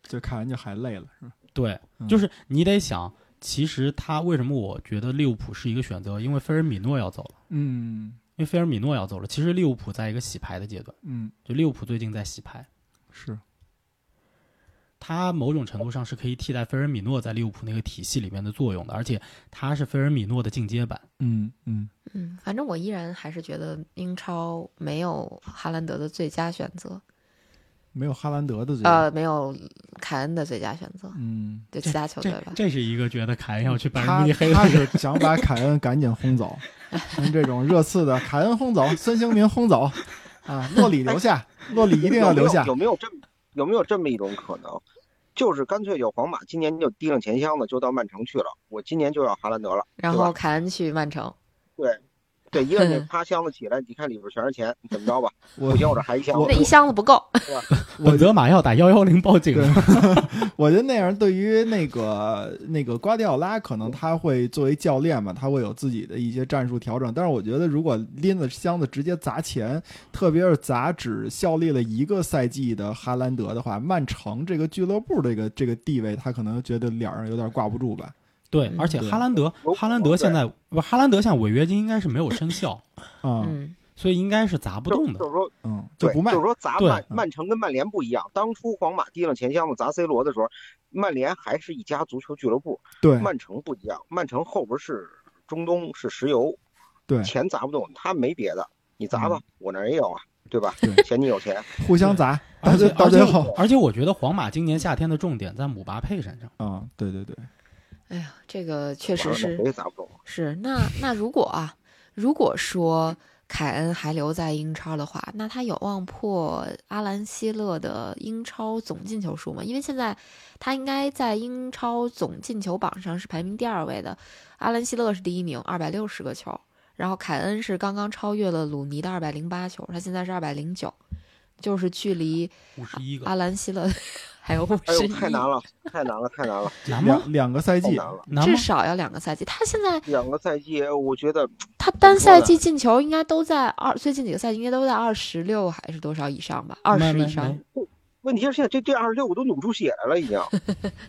S2: 就凯恩就还累了，是吧？
S3: 对
S2: 嗯，
S3: 就是你得想，其实他为什么我觉得利物浦是一个选择，因为菲尔米诺要走了，
S2: 嗯
S3: 因为菲尔米诺要走了。其实利物浦在一个洗牌的阶段，
S2: 嗯，
S3: 就利物浦最近在洗牌，
S2: 是，
S3: 他某种程度上是可以替代菲尔米诺在利物浦那个体系里面的作用的，而且他是菲尔米诺的进阶版。
S2: 嗯嗯
S1: 嗯，反正我依然还是觉得英超没有哈兰德的最佳选择，
S2: 没有哈兰德
S4: 嗯
S2: 的这个，
S1: 呃，没有凯恩的最佳选择，
S2: 嗯，
S1: 对其他球队
S3: 这
S1: 吧。
S3: 这是一个觉得凯恩要去拜仁慕
S2: 他
S3: 尼黑
S2: 嗯他
S3: 的人，
S2: 是想把凯恩赶紧轰走，像这种热刺的凯恩轰走，孙兴民轰走，啊，洛里留下，洛里一定要留下
S4: 有，没有有没有这么有没有这么一种可能，就是干脆有皇马今年就提上钱箱子就到曼城去了，我今年就要哈兰德了，
S1: 然
S4: 对吧
S1: 后凯恩去曼城，
S4: 对，一个
S1: 嗯
S4: 人啪箱子起来，你看里边全是钱，怎么着吧？
S2: 我
S4: 不行，我这还一箱
S1: 那
S4: 子
S1: 一。箱子不够。
S3: 本泽马要打幺幺零报警
S2: 对，我觉得那样对于那个那个瓜迪奥拉，可能他会作为教练嘛，他会有自己的一些战术调整。但是我觉得，如果拎着箱子直接砸钱，特别是砸只效力了一个赛季的哈兰德的话，曼城这个俱乐部这个这个地位，他可能觉得脸上有点挂不住吧。
S3: 对
S1: 嗯，
S3: 而且
S2: 对
S3: 哈兰德，哈兰德现在不，哈兰德现在违约金应该是没有生效，
S2: 啊、嗯，
S1: 嗯，
S3: 所以应该是砸不动
S4: 就
S3: 的。
S4: 是说，
S2: 就
S4: 对
S2: 不卖
S4: 就。是说砸
S3: 对
S4: 曼
S2: 嗯
S4: 曼城跟曼联不一样。当初皇马提上钱箱子砸 C 罗的时候，曼联还是一家足球俱乐部，
S2: 对
S4: 曼城不一样，曼城后边是中东是石油，
S2: 对，嗯
S4: 钱砸不动，他没别的，你砸吧，我那儿也有啊，对吧
S2: 对？
S4: 嫌你有钱，
S2: 互相砸，到
S3: 而
S2: 最
S3: 且
S2: 到
S3: 而
S2: 最
S3: 且
S2: 后
S3: 而且我觉得皇马今年夏天的重点在姆巴佩身上。
S2: 啊、对对对，
S1: 哎呀，这个确
S4: 我
S1: 实
S4: 说那
S1: 是
S4: 谁也砸不动。
S1: 是。那那如果啊，如果说凯恩还留在英超的话，那他有望破阿兰希勒的英超总进球数吗？因为现在他应该在英超总进球榜上是排名第二位的，阿兰希勒是第一名，二百六十个球。然后凯恩是刚刚超越了鲁尼的二百零八球，他现在是二百零九，就是距离
S3: 五十一个
S1: 阿，兰希勒 还有五十
S4: 哎呦，
S1: 一，
S4: 太难了，太难了，太难 了，
S3: 难吗？
S2: 两两个赛
S4: 太
S2: 季
S4: 难，了。
S3: 难
S1: 至
S3: 吗？
S1: 少要两个赛季。他现在
S4: 两个赛季，我觉得
S1: 他单
S4: 说
S1: 赛
S4: 呢
S1: 季进球应该都在二，最近几个赛季应该都在二十六还是多少以上吧？二
S3: 没
S1: 十
S3: 没
S1: 以上
S3: 没。
S4: 问题是现在这这二十六我都涌出血来了，已经。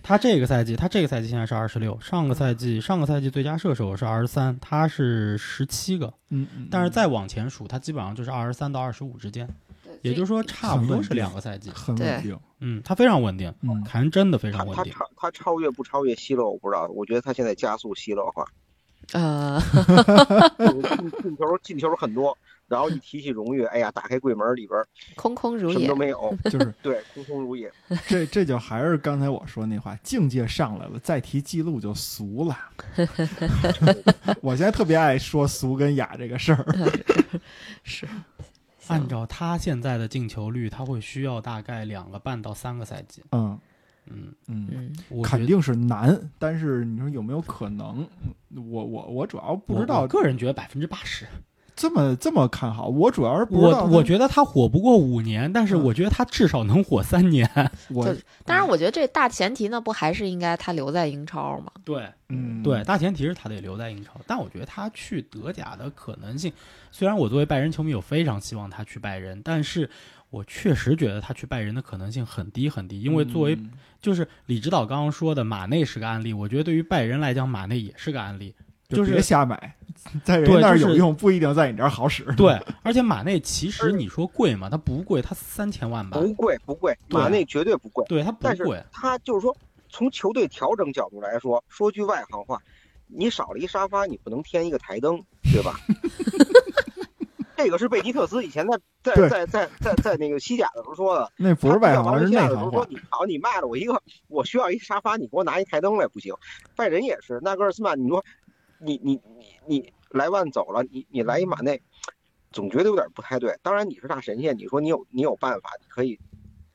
S3: 他这个赛季，他这个赛季现在是二十六，上个赛季上个赛季最佳射手是二十三，他是十七个，
S2: 嗯，嗯
S3: 但是再往前数，他基本上就是二十三到二十五之间，
S1: 对
S3: 也就是说差不多
S2: 很稳
S3: 是
S2: 定
S3: 两个赛季。
S2: 很
S1: 对
S2: 稳定，
S3: 嗯，他非常稳定，
S2: 嗯，
S3: 凯恩真的非
S4: 他
S3: 常稳
S4: 他
S3: 定。
S4: 超他超越不超越希勒我不知道，我觉得他现在加速希勒化，
S1: 呃，
S4: 进进进球进球很多，然后一提起荣誉，哎呀，打开柜门里边儿
S1: 空空如
S4: 什么
S1: 也
S4: 都。没有，
S2: 就是
S4: 对，空空如也。
S2: 这这就还是刚才我说那话，境界上来了，再提记录就俗 了。我现在特别爱说俗跟雅这个事儿。
S1: 是，
S3: 按
S1: 行，
S3: 照他现在的进球率，他会需要大概两个半到三个赛季。
S2: 嗯
S3: 嗯，
S2: 嗯，
S1: 嗯，
S3: 我觉
S2: 肯
S3: 得
S2: 定是难，但是你说有没有可能？嗯我我我主要不
S3: 我
S2: 知
S3: 我
S2: 道
S3: 个人觉得百分之八十。
S2: 这么这么看好，我主要是不知道
S3: 我
S2: 他。
S3: 我觉得他火不过五年，但是
S2: 嗯
S3: 我觉得他至少能火三年。
S2: 我
S1: 就当然，我觉得这大前提呢，不还是应该他留在英超吗？
S3: 对
S2: 嗯
S3: 对，大前提是他得留在英超，但我觉得他去德甲的可能性，虽然我作为拜仁球迷，我非常希望他去拜仁，但是我确实觉得他去拜仁的可能性很低很低，因为作为
S2: 嗯
S3: 就是李指导刚刚说的，马内是个案例，我觉得对于拜仁来讲，马内也是个案例，
S2: 就
S3: 就是
S2: 别瞎买，在人
S3: 对
S2: 那儿
S3: 就是
S2: 有用，不一定在你这儿好使。
S3: 对，而且马内其实你说贵吗？他不贵，他三千万吧，
S4: 不贵不贵，
S3: 嗯对
S4: 马内绝对不贵，
S3: 对他不
S4: 但是
S3: 贵，
S4: 他就是说从球队调整角度来说，说句外行话，你少了一沙发，你不能添一个台灯，对吧？ 这个是贝尼特斯以前在
S2: 对
S4: 在在在在在那个西甲的时候说的，
S2: 那不是外
S4: 他
S2: 行
S4: 完
S2: 话，是
S4: 了西
S2: 内
S4: 甲的时
S2: 行
S4: 候
S2: 话
S4: 说。你好，你卖了我一个，我需要一沙发，你给我拿一台灯来不行。拜仁也是，纳格尔斯曼，你说你你你你莱万走了，你你来一马内，总觉得有点不太对。当然你是大神仙，你说你有你有办法，你可以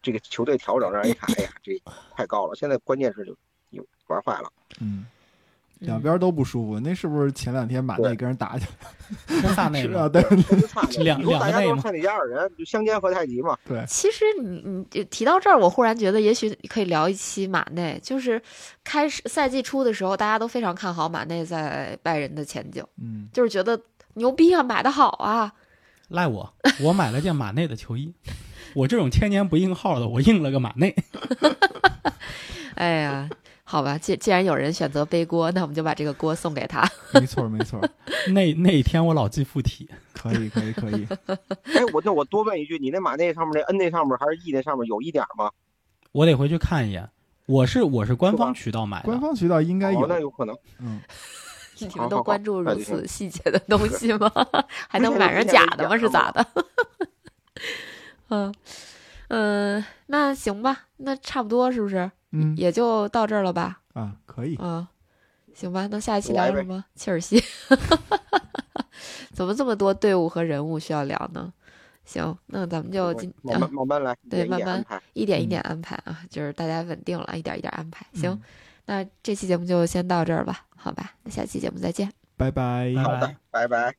S4: 这个球队调整，让人一看，哎呀，这太高了。现在关键是就有玩坏了。
S2: 嗯，两边都不舒服。那是不是前两天马内跟人打起来
S3: 跟萨内
S2: 是
S3: 嘛
S2: 啊？对
S4: 就 差点
S3: 两
S4: 如果大
S3: 两
S4: 家
S3: 类
S4: 都
S3: 嘛
S4: 是泰迪加尔人，就相煎何太急嘛。
S2: 对，
S1: 其实你你就提到这儿，我忽然觉得也许可以聊一期马内，就是开始赛季初的时候，大家都非常看好马内在拜仁的前景，
S2: 嗯，
S1: 就是觉得牛逼啊，买的好啊，
S3: 赖我，我买了件马内的球衣。我这种千年不应号的，我应了个马内。
S1: 哎呀，好吧，既既然有人选择背锅，那我们就把这个锅送给他。
S2: 没错没错，
S3: 那那一天我老记附体，
S2: 可以可以可以，
S4: 哎，我那我多问一句，你那马内上面那 N 那上面还是 E 那上面有一点吗？
S3: 我得回去看一眼。我是我是官方渠道买
S2: 官
S3: 的，
S2: 方渠道应该
S4: 哦，那
S2: 有，
S4: 有可能。
S2: 嗯，
S1: 你
S4: 好
S1: 们都
S4: 好
S1: 关注
S4: 那
S1: 如
S4: 就行
S1: 此细节的东西 吗？还能
S4: 不是
S1: 买上
S4: 不是
S1: 假
S4: 不是
S1: 的吗？是
S4: 假的
S1: 咋
S4: 吗
S1: 的？ 嗯嗯，那行吧，那差不多是不是？
S2: 嗯
S1: 也就到这儿了吧？
S2: 啊，可以，
S1: 啊，行吧，那下一期
S4: 来
S1: 聊什
S4: 呗
S1: 么？切尔西？ 怎么这么多队伍和人物需要聊呢？行，那咱们就今
S4: 慢
S1: 啊
S4: 慢慢慢来，
S1: 对
S4: 严
S1: 慢
S4: 严
S1: 慢
S4: 安排。
S1: 一点一
S2: 嗯
S1: 点安排啊，就是大家稳定了，一点一点安排。行，
S4: 嗯
S1: 那这期节目就先到这儿吧，好吧？那下期节目再见。
S2: 拜拜。
S3: 拜
S4: 好的，拜拜。